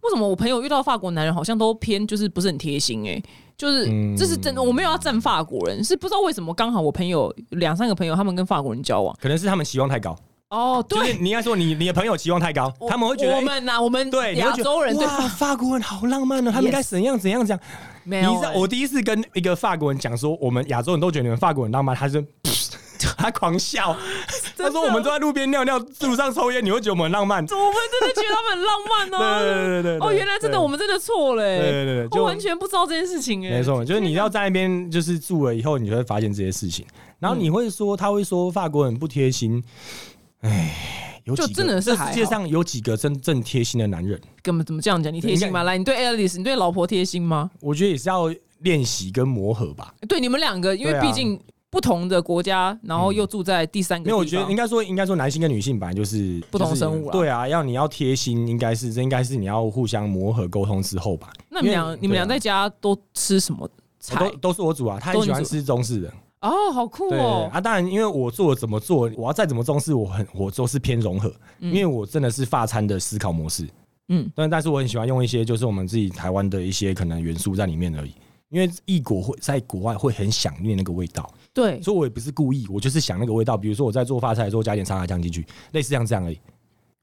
D: 为什么我朋友遇到法国男人好像都偏就是不是很贴心、哎，就是
C: 嗯
D: 这是真的，我没有要站法国人，是不知道为什么刚好我朋友两三个朋友他们跟法国人交往，
C: 可能是他们期望太高，
D: 哦，
C: 就
D: 对，
C: 是你应该说你你的朋友期望太高，
D: 我
C: 他们会觉得哎
D: 我们呐、我们
C: 对，你会
D: 亚
C: 觉得
D: 洲人对
C: 哇，法国人好浪漫哦，他们应该怎样怎样怎样。
D: 没
C: 你
D: 有、
C: 知道，
D: 哎
C: 我第一次跟一个法国人讲说，我们亚洲人都觉得你们法国人浪漫，他 就 他狂笑，他说我们都在路边尿尿，路上抽烟，你会觉得我们很浪漫？对
D: 我们真的觉得他们很浪 漫
C: 对
D: 哦、
C: 对对对。
D: 哦，原来真的我们真的错了、哎
C: 对对对对就
D: 我完全不知道这件事情、哎，
C: 没错，就是你要在那边就是住了以后，你就会发现这些事情，然后你会说他会说法国人不贴心，哎，有几个
D: 就真的是
C: 这
D: 还好
C: 世界上有几个真正贴心的男人？
D: 根本怎么这样讲？你贴心吗？来，你对 Alice，你对老婆贴心吗？
C: 我觉得也是要练习跟磨合吧。
D: 对你们两个，因为
C: 对啊嗯
D: 毕竟不同的国家，然后又住在第三个
C: 没
D: 地
C: 有，
D: 方。
C: 我觉得应该说，应该说男性跟女性本来就是
D: 不同
C: 就是
D: 生物啦
C: 对啊，要你要贴心，应该是这应该是你要互相磨合沟通之后吧。
D: 那你们
C: 因为
D: 俩，你们俩在家都吃什么
C: 我
D: 菜
C: 都？都是我煮啊，他很喜欢吃中式的。
D: 哦，好酷
C: 对对对
D: 哦！
C: 啊，当然，因为我做怎么做，我要再怎么中式，我很我都是偏融合，因为我真的是法餐的思考模式。
D: 嗯，
C: 但但是我很喜欢用一些就是我们自己台湾的一些可能元素在里面而已。因为异国会在国外会很想念那个味道，
D: 对，
C: 所以我也不是故意，我就是想那个味道。比如说我在做发菜的时候加点沙拉酱进去，类似像这样而已。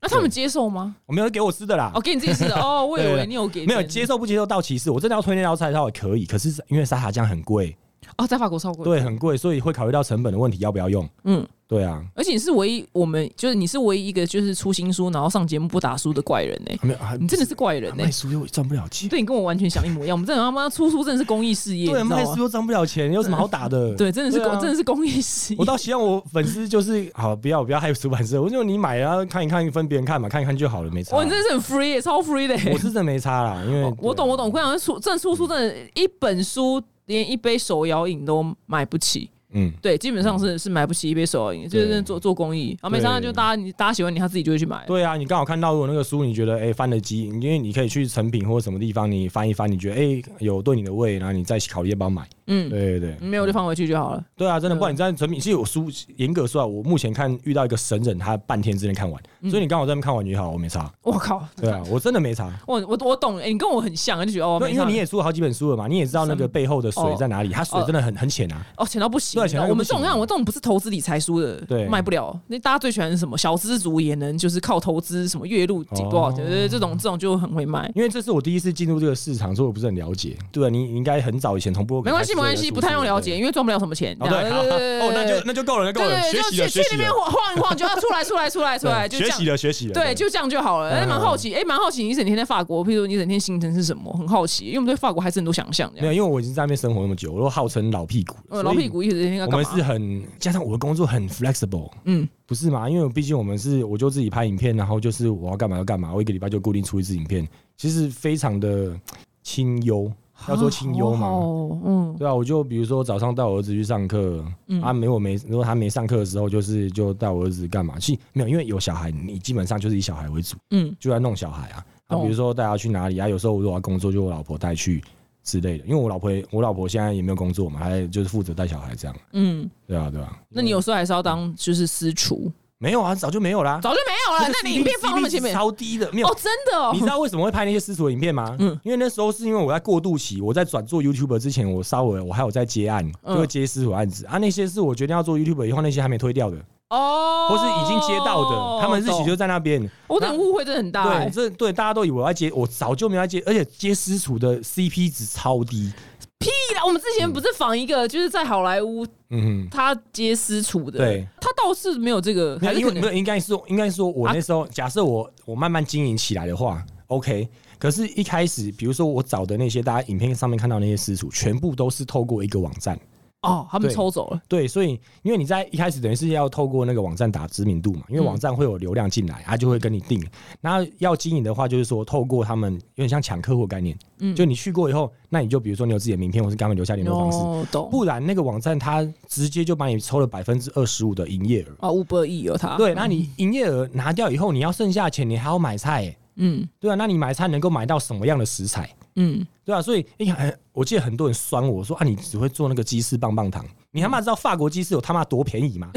D: 那他们接受吗？
C: 我没有给我吃的啦，
D: 哦，给你自己吃的哦，我以
C: 对对
D: 为
C: 对
D: 你有给
C: 没有
D: 别人
C: 接受不接受到歧视，我真的要推那道菜的话也可以，可是因为沙茶酱很贵，
D: 哦，在法国超贵。，
C: 对，很贵，所以会考虑到成本的问题，要不要用？
D: 嗯，
C: 对啊，
D: 而且你是唯一，我们就是你是唯一一个就是出新书，然后上节目不打书的怪人呢。欸
C: 没有，啊
D: 你真的是怪人呢
C: 卖。书又赚不了钱，
D: 对你跟我完全想一模一样，我们真的他妈出书真的是公益事业，你
C: 对，
D: 知道
C: 卖书
D: 吗？
C: 又赚不了钱，有什么好打的？
D: 对，真的是
C: 对啊
D: 公，真的是公益事业
C: 我。倒希望我粉丝就是好，不要不要害出版社，我就你买啊，看一看，分别人看嘛，看一看就好了，没差。
D: 哦哇，你真的是很 free，耶超 free 的耶。
C: 我是真的没差啦，因 为
D: 我懂，我懂。我跟你讲，出正出书真的，一本书连一杯手摇饮都买不起。
C: 嗯，
D: 对，基本上是是买不起一杯手摇饮，就是做做公益。然后没想到就大家你大家喜欢你，他自己就会去买。
C: 对啊，你刚好看到我那个书，你觉得哎、翻了机，因为你可以去成品或什么地方，你翻一翻，你觉得哎、有对你的胃，然后你再考虑要不要买。
D: 嗯，
C: 对对对，
D: 没有就放回去就好了。
C: 对啊，真的，
D: 对
C: 不然你在成品，其实我书严格说啊，我目前看遇到一个神人，他半天之内看完，
D: 嗯
C: 所以你刚好在那边看完也好，我没差。
D: 我靠，
C: 对啊，我真的没差。
D: 我我我懂，哎，你跟我很像，就觉嗯得哦，
C: 对，
D: 没
C: 因为
D: 差
C: 你也出了好几本书了嘛，你也知道那个背后的水在哪里，它水真的很很浅啊。
D: 哦，钱到不行。
C: 对钱到
D: 我们
C: 不
D: 这
C: 行啊
D: 种像我这种不是投资理财书的，
C: 对
D: 卖不了。那大家最喜欢是什么？小资族也能就是靠投资什么月入几多少钱，
C: 哦
D: 对对对这种这种就很会卖。
C: 因为这是我第一次进入这个市场，所以我不是很了解。对啊，你你应该很早以前从部落格
D: 哦没关系，
C: 开始
D: 没关系，
C: 接触
D: 不太用了解，
C: 对
D: 因为赚不了什么钱。
C: 哦，对，好好哦，那就那就够了，那够
D: 对
C: 了，
D: 对，
C: 学
D: 就
C: 习了，
D: 去
C: 学
D: 去
C: 习
D: 那边
C: 了，
D: 晃晃一晃，就要出来出来出来出来，
C: 对
D: 就
C: 学
D: 这样
C: 习。了，学习了。
D: 对，就这样就好了。哎，
C: 嗯
D: 蛮好奇，哎，蛮好奇，你一整天在法国，譬如你一整天行程是什么？很好奇，因为我们对法国还是很多想象。这
C: 没
D: 样，
C: 有，因为我已经在那边生活那么久，我都号称老屁股了，
D: 呃，老
C: 所以
D: 屁股一直在那个
C: 我
D: 干
C: 们
D: 嘛
C: 是？很加上我的工作很 flexible，
D: 嗯，
C: 不是嘛？因为毕竟我们是我就自己拍影片，然后就是我要干嘛就干嘛，我一个礼拜就固定出一支影片，其实非常的清幽。要说清幽
D: 好好
C: 嘛，
D: 哦嗯，
C: 对啊，我就比如说早上带我儿子去上课，
D: 嗯
C: 啊，没我没如果他没上课的时候，就是就带我儿子干嘛？其实没有，因为有小孩，你基本上就是以小孩为主，
D: 嗯，
C: 就在弄小孩啊。啊，
D: 懂
C: 比如说带他去哪里啊？有时候如果要工作，就我老婆带去之类的。因为我老婆也我老婆现在也没有工作嘛，还就是负责带小孩这样。
D: 嗯，
C: 对啊，对啊，
D: 那你有时候还是要当就是私厨，
C: 没有啊？早就没有啦。
D: 早就没有了。
C: 个
D: 那你
C: CP
D: 影片放那么
C: CP
D: 前面，
C: 超低的，没有
D: 哦，。真的哦
C: 你，知道为什么会拍那些私厨的影片吗？
D: 嗯
C: 因为那时候是因为我在过渡期，我在转做 YouTuber 之前，我稍微我还有在接案，
D: 嗯
C: 就会接私厨案子啊。那些是我决定要做 YouTuber 以后，那些还没推掉的，
D: 哦，
C: 或是已经接到的，他们日期就
D: 懂
C: 在那边。
D: 我等误会真的很大
C: 对，
D: 欸，
C: 这对大家都以为我在接，我早就没有在接，而且接私厨的 CP 值超低。
D: 屁啦！我们之前不是访一个就是在好莱坞
C: 嗯
D: 他接私厨的，
C: 对，
D: 他倒是没有这个，
C: 哼，
D: 还是
C: 因
D: 可
C: 为没
D: 能
C: 有，应该是应该说，我
D: 啊
C: 那时候假设我我慢慢经营起来的话，OK。可是，一开始，比如说我找的那些大家影片上面看到那些私厨，全部都是透过一个网站。
D: 哦，他们
C: 对
D: 抽走了，
C: 对，所以因为你在一开始等于是要透过那个网站打知名度嘛，因为
D: 嗯
C: 网站会有流量进来，他就会跟你定。那要经营的话，就是说透过他们有点像抢客户的概念，
D: 嗯
C: 就你去过以后，那你就比如说你有自己的名片，或是给他们留下联络方式，
D: 哦，懂
C: 不然那个网站它直接就把你抽了百分之二十五的营业额。
D: 啊，嗯五百亿有他，
C: 对，那你营业额拿掉以后，你要剩下的钱，你还要买菜、欸，
D: 嗯
C: 对啊，那你买菜能够买到什么样的食材？
D: 嗯，
C: 对啊，所以你看，哎我记得很多人酸我说啊，你只会做那个鸡翅棒棒糖，你他妈知道法国鸡翅有他妈多便宜吗？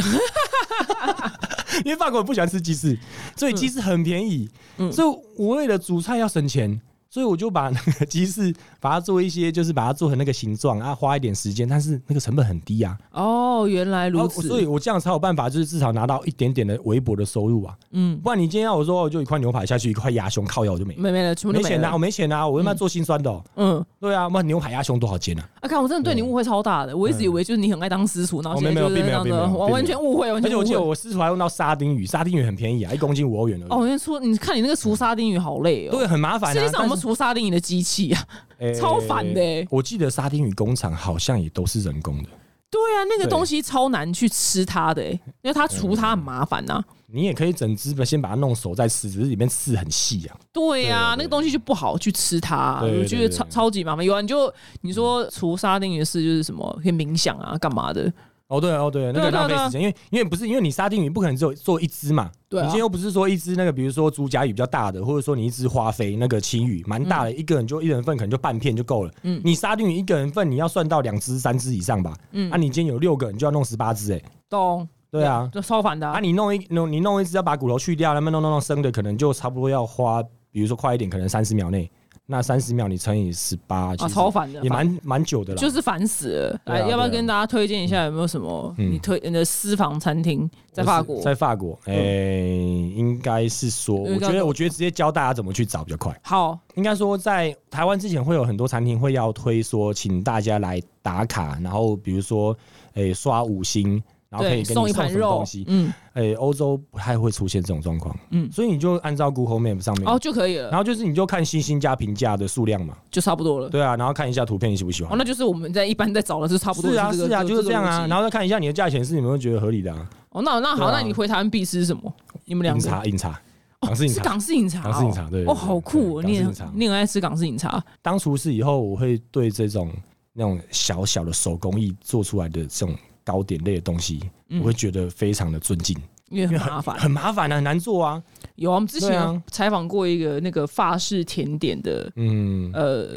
C: 因为法国人不喜欢吃鸡翅，所以鸡翅很便宜。
D: 嗯
C: 所以我为了煮菜要省钱，所以我就把那个鸡翅把它做一些，就是把它做成那个形状啊，花一点时间，但是那个成本很低啊。
D: 哦，原来如
C: 哦
D: 此，
C: 所以我这样才有办法，就是至少拿到一点点的微薄的收入啊。
D: 嗯，
C: 不然你今天要我说，哦我就一块牛排下去，一块鸭胸靠腰我就没，
D: 没没了，全部
C: 没
D: 都没
C: 钱啊，我
D: 了，
C: 没钱啊，我他妈做心酸的、哦。
D: 嗯。
C: 对啊，妈牛排鸭胸多少斤啊？
D: 啊，看我真的对你误会超大的，我一直以为就是你很爱当私厨，然
C: 嗯
D: 后
C: 哦
D: 现在
C: 没有
D: 就是
C: 并没有
D: 当
C: 并没有
D: 的，我
C: 并没有
D: 完全误会，完
C: 而
D: 全
C: 且我
D: 误
C: 记
D: 会
C: 得。我私厨还用到沙丁鱼，沙丁鱼很便宜啊，一公斤五欧元而已。
D: 哦，因为出你看你那个除沙丁鱼好累哦，
C: 对，，很麻烦、啊。
D: 世界上有没有
C: 但是
D: 除沙丁鱼的机器啊？ 超烦的欸
C: 我记得沙丁鱼工厂好像也都是人工的，
D: 对啊，那个
C: 对
D: 东西超难去吃它的、欸，因为它除它很麻烦呐、啊
C: 你也可以整只的先把它弄熟再吃，只是里面刺很细啊。
D: 对
C: 对对
D: 呀、
C: 对
D: 那个东西就不好去吃它、
C: 对对
D: 我觉得
C: 对
D: 超
C: 对
D: 超级麻烦。有啊，你就你说除沙丁鱼的事就是什么，可以冥想啊，干嘛的？
C: 哦，对哦，对，那
D: 对
C: 个
D: 对啊
C: 浪费
D: 对
C: 时间，因为因为不是因为你沙丁鱼不可能只有做一只嘛，
D: 对啊
C: 你今天又不是说一只那个，比如说竹夹鱼比较大的，或者说你一只花飞那个青鱼蛮大的，一个人就一人份可能就半片就够了。
D: 嗯
C: 你沙丁鱼一个人份你要算到两只、三只以上吧。
D: 嗯
C: 啊，你今天有六个，你就要弄十八只哎。
D: 懂？
C: 对啊，
D: 就超烦的啊、
C: 啊，你弄一弄你弄一只要把骨头去掉，那么弄弄弄生的，可能就差不多要花，比如说快一点，可能三十秒内。那三十秒你乘以十八，其
D: 啊，
C: 实
D: 超烦的，
C: 也蛮蛮久的啦。
D: 就是烦死了。
C: 对啊
D: 来，要不
C: 对
D: 要
C: 啊
D: 跟大家推荐一下有没有什么
C: 嗯
D: 你推你的私房餐厅在法国？嗯
C: 在法国，哎、应该是说，
D: 因为
C: 我
D: 刚
C: 觉得，我觉得直接教大家怎么去找比较快。
D: 好，
C: 应该说，在台湾之前会有很多餐厅会要推说，请大家来打卡，然后比如说，哎、刷五星，然后可以
D: 对，
C: 给你
D: 送一盘
C: 什么
D: 肉
C: 东西，。
D: 嗯，
C: 哎、欧洲不太会出现这种状况，
D: 嗯
C: 嗯，所以你就按照 Google Map 上面，
D: 哦就可以
C: 然
D: 了，
C: 后就是你就看星星加评价的数量嘛，
D: 就差不多了。
C: 对啊，然后看一下图片你喜不喜
D: 嗯哦，
C: 欢。
D: 那就是我们在一般在找的是差不多
C: 是啊
D: 这个
C: 是啊，就是这样
D: 个逻
C: 啊，
D: 辑
C: 然后再看一下你的价钱是你们会觉得合理的啊。
D: 哦，那那好，
C: 对啊
D: 那你回台湾必吃什么？你们两
C: 饮
D: 个
C: 茶饮茶，港式饮
D: 是
C: 茶，
D: 港式饮茶哦，
C: 港式饮茶对对
D: 哦，
C: 对
D: 好酷哦！
C: 对
D: 你
C: 港式饮茶
D: 也你很爱吃港式饮茶，
C: 当厨师以后，我会对这种那种小小的手工艺做出来的这种糕点类的东西，
D: 嗯
C: 我会觉得非常的尊敬，
D: 因为
C: 因
D: 很
C: 为
D: 麻 烦。
C: 很麻烦啊，很难做啊。
D: 有啊，我们之前
C: 对啊
D: 有采访过一个那个法式甜点的，
C: 嗯，
D: 呃，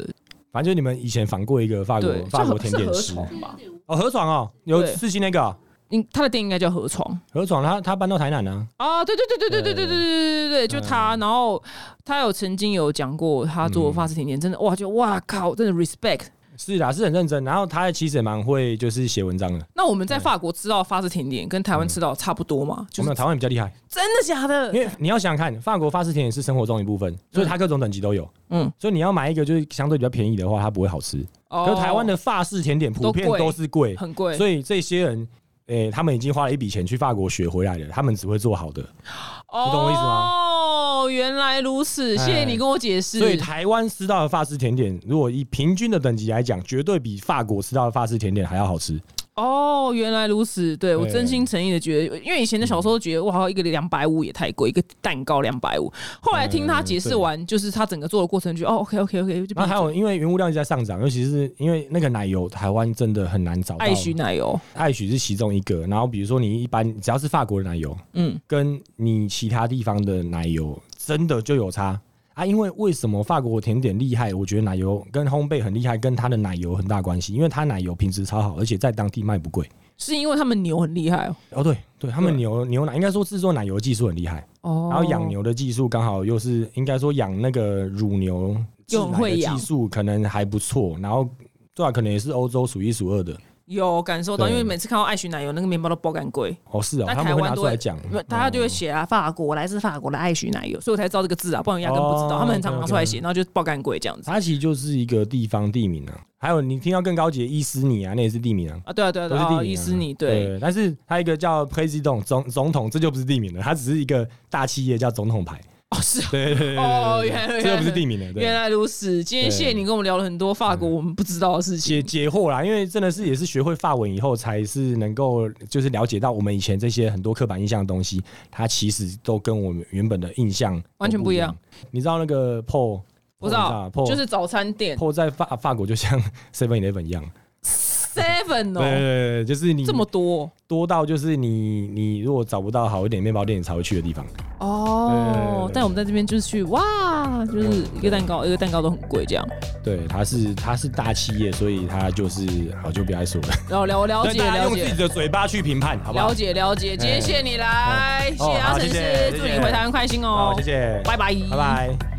C: 反正就你们以前访过一个法国
D: 对，
C: 法国
D: 是
C: 甜
D: 是
C: 点
D: 河
C: 师
D: 床吧？
C: 哦，河床哦，有
D: 对
C: 四星那个哦
D: 应他的店应该叫河床
C: 河床，他他搬到台南啊。
D: 啊，对对对对对对对对对对对对，就
C: 嗯
D: 他，然后他有曾经有讲过，他做法式甜点真的哇，就哇靠，真的 respect。
C: 是啦，是很认真，然后他其实也蛮会，就是写文章的。
D: 那我们在法国吃到的法式甜点跟台湾吃到的差不多嘛？
C: 我
D: 就是
C: 们台湾比较厉害，
D: 真的假的？
C: 因为你要想想看，法国法式甜也是生活中一部分，所以它各种等级都有。
D: 嗯
C: 嗯，所以你要买一个就是相对比较便宜的话，它不会好吃。
D: 哦
C: 可是台湾的法式甜点普遍
D: 都贵
C: 都是贵，
D: 很贵，
C: 所以这些人，诶、他们已经花了一笔钱去法国学回来了，他们只会做好的。
D: 哦，
C: 你懂我意思
D: 哦，原来如此，谢谢
C: 哎
D: 你跟我解释。
C: 所以台湾吃到的法式甜点，如果以平均的等级来讲，绝对比法国吃到的法式甜点还要好吃。
D: 哦，原来如此，对我
C: 对
D: 真心诚意的觉得，因为以前的小时候觉得哇，一个两百五也太贵，一个蛋糕两百五。后来听他解
C: 嗯
D: 释完，就是他整个做的过程，觉得哦，OK OK OK，就
C: 然后还
D: 变成
C: 有，因为原物料一直在上涨，尤其是因为那个奶油，台湾真的很难找到。
D: 爱许奶油，
C: 艾许是其中一个。然后比如说你一般只要是法国的奶油，
D: 嗯，
C: 跟你其他地方的奶油真的就有差。啊，因为为什么法国甜点厉害？我觉得奶油跟烘焙很厉害，跟它的奶油有很大关系，因为它奶油品质超好，而且在当地卖不贵。
D: 是因为他们牛很厉害哦。
C: 哦，对对，他们
D: 对
C: 牛牛奶应该说制作奶油技术很厉害，
D: 哦
C: 然后养牛的技术刚好又是应该说养那个乳牛制
D: 又很
C: 奶
D: 会
C: 的
D: 养
C: 技术可能还不错，然后对啊，可能也是欧洲数一数二的。
D: 有感受到，
C: 对
D: 因为每次看到爱许奶油那个面包都爆干贵，
C: 哦，是哦，
D: 那
C: 他
D: 台
C: 们会拿
D: 湾都
C: 出
D: 会
C: 来讲，
D: 没有大家就会写啊，法国来自法国的爱许奶油，所以我才知道这个字啊，不然压根不知道。
C: 哦
D: 他们很常拿
C: OK，OK 啊
D: 出来写，然后就爆干贵这样子
C: 它其实就是一个地方地名啊。还有你听到更高级的伊斯尼啊，那也是地名啊。
D: 啊。对啊，对啊，
C: 都
D: 对
C: 是地名、
D: 啊，
C: 啊，
D: 伊斯尼对。
C: 但是它一个叫 President 总总统，这就不是地名了，它只是一个大企业叫总统牌。
D: 哦，是啊
C: 对对对对
D: 哦
C: 对对
D: 原来
C: 这
D: 原
C: 就
D: 来
C: 不是地名了。
D: 原
C: 对，
D: 来如此。今天谢谢你跟我们聊了很多法国我们不知道的事
C: 解
D: 情。
C: 解惑啦，因为真的是也是学会法文以后，才是能够就是了解到我们以前这些很多刻板印象的东西，它其实都跟我们原本的印象
D: 完全
C: 都
D: 不
C: 不
D: 一样
C: 样。你知道那个 Paul？
D: 不知道，
C: Paul
D: 就是早餐店
C: Paul 在法法国就像 Seven Eleven 一样，对
D: Seven
C: 对
D: 哦，
C: 对，对就是你
D: 这么多
C: 多到就是你你如果找不到好一点面包店，你才会去的地方。对对
D: 哦
C: 对。对
D: 但我们在这边就是去哇，就是一个蛋糕一个蛋糕都很贵这样。
C: 对，它是它是大企业，所以它就是好就不要再说了。
D: 然后了了解
C: 大家
D: 了
C: 用
D: 解
C: 自己。的嘴巴去评判，好不好
D: 了？解了解，今天谢谢你来，谢
C: 哦
D: 谢阿
C: 好
D: 成
C: 谢谢
D: 师，祝
C: 谢
D: 你
C: 谢
D: 回台湾开心哦
C: 好，，谢谢，
D: 拜拜，
C: 拜拜。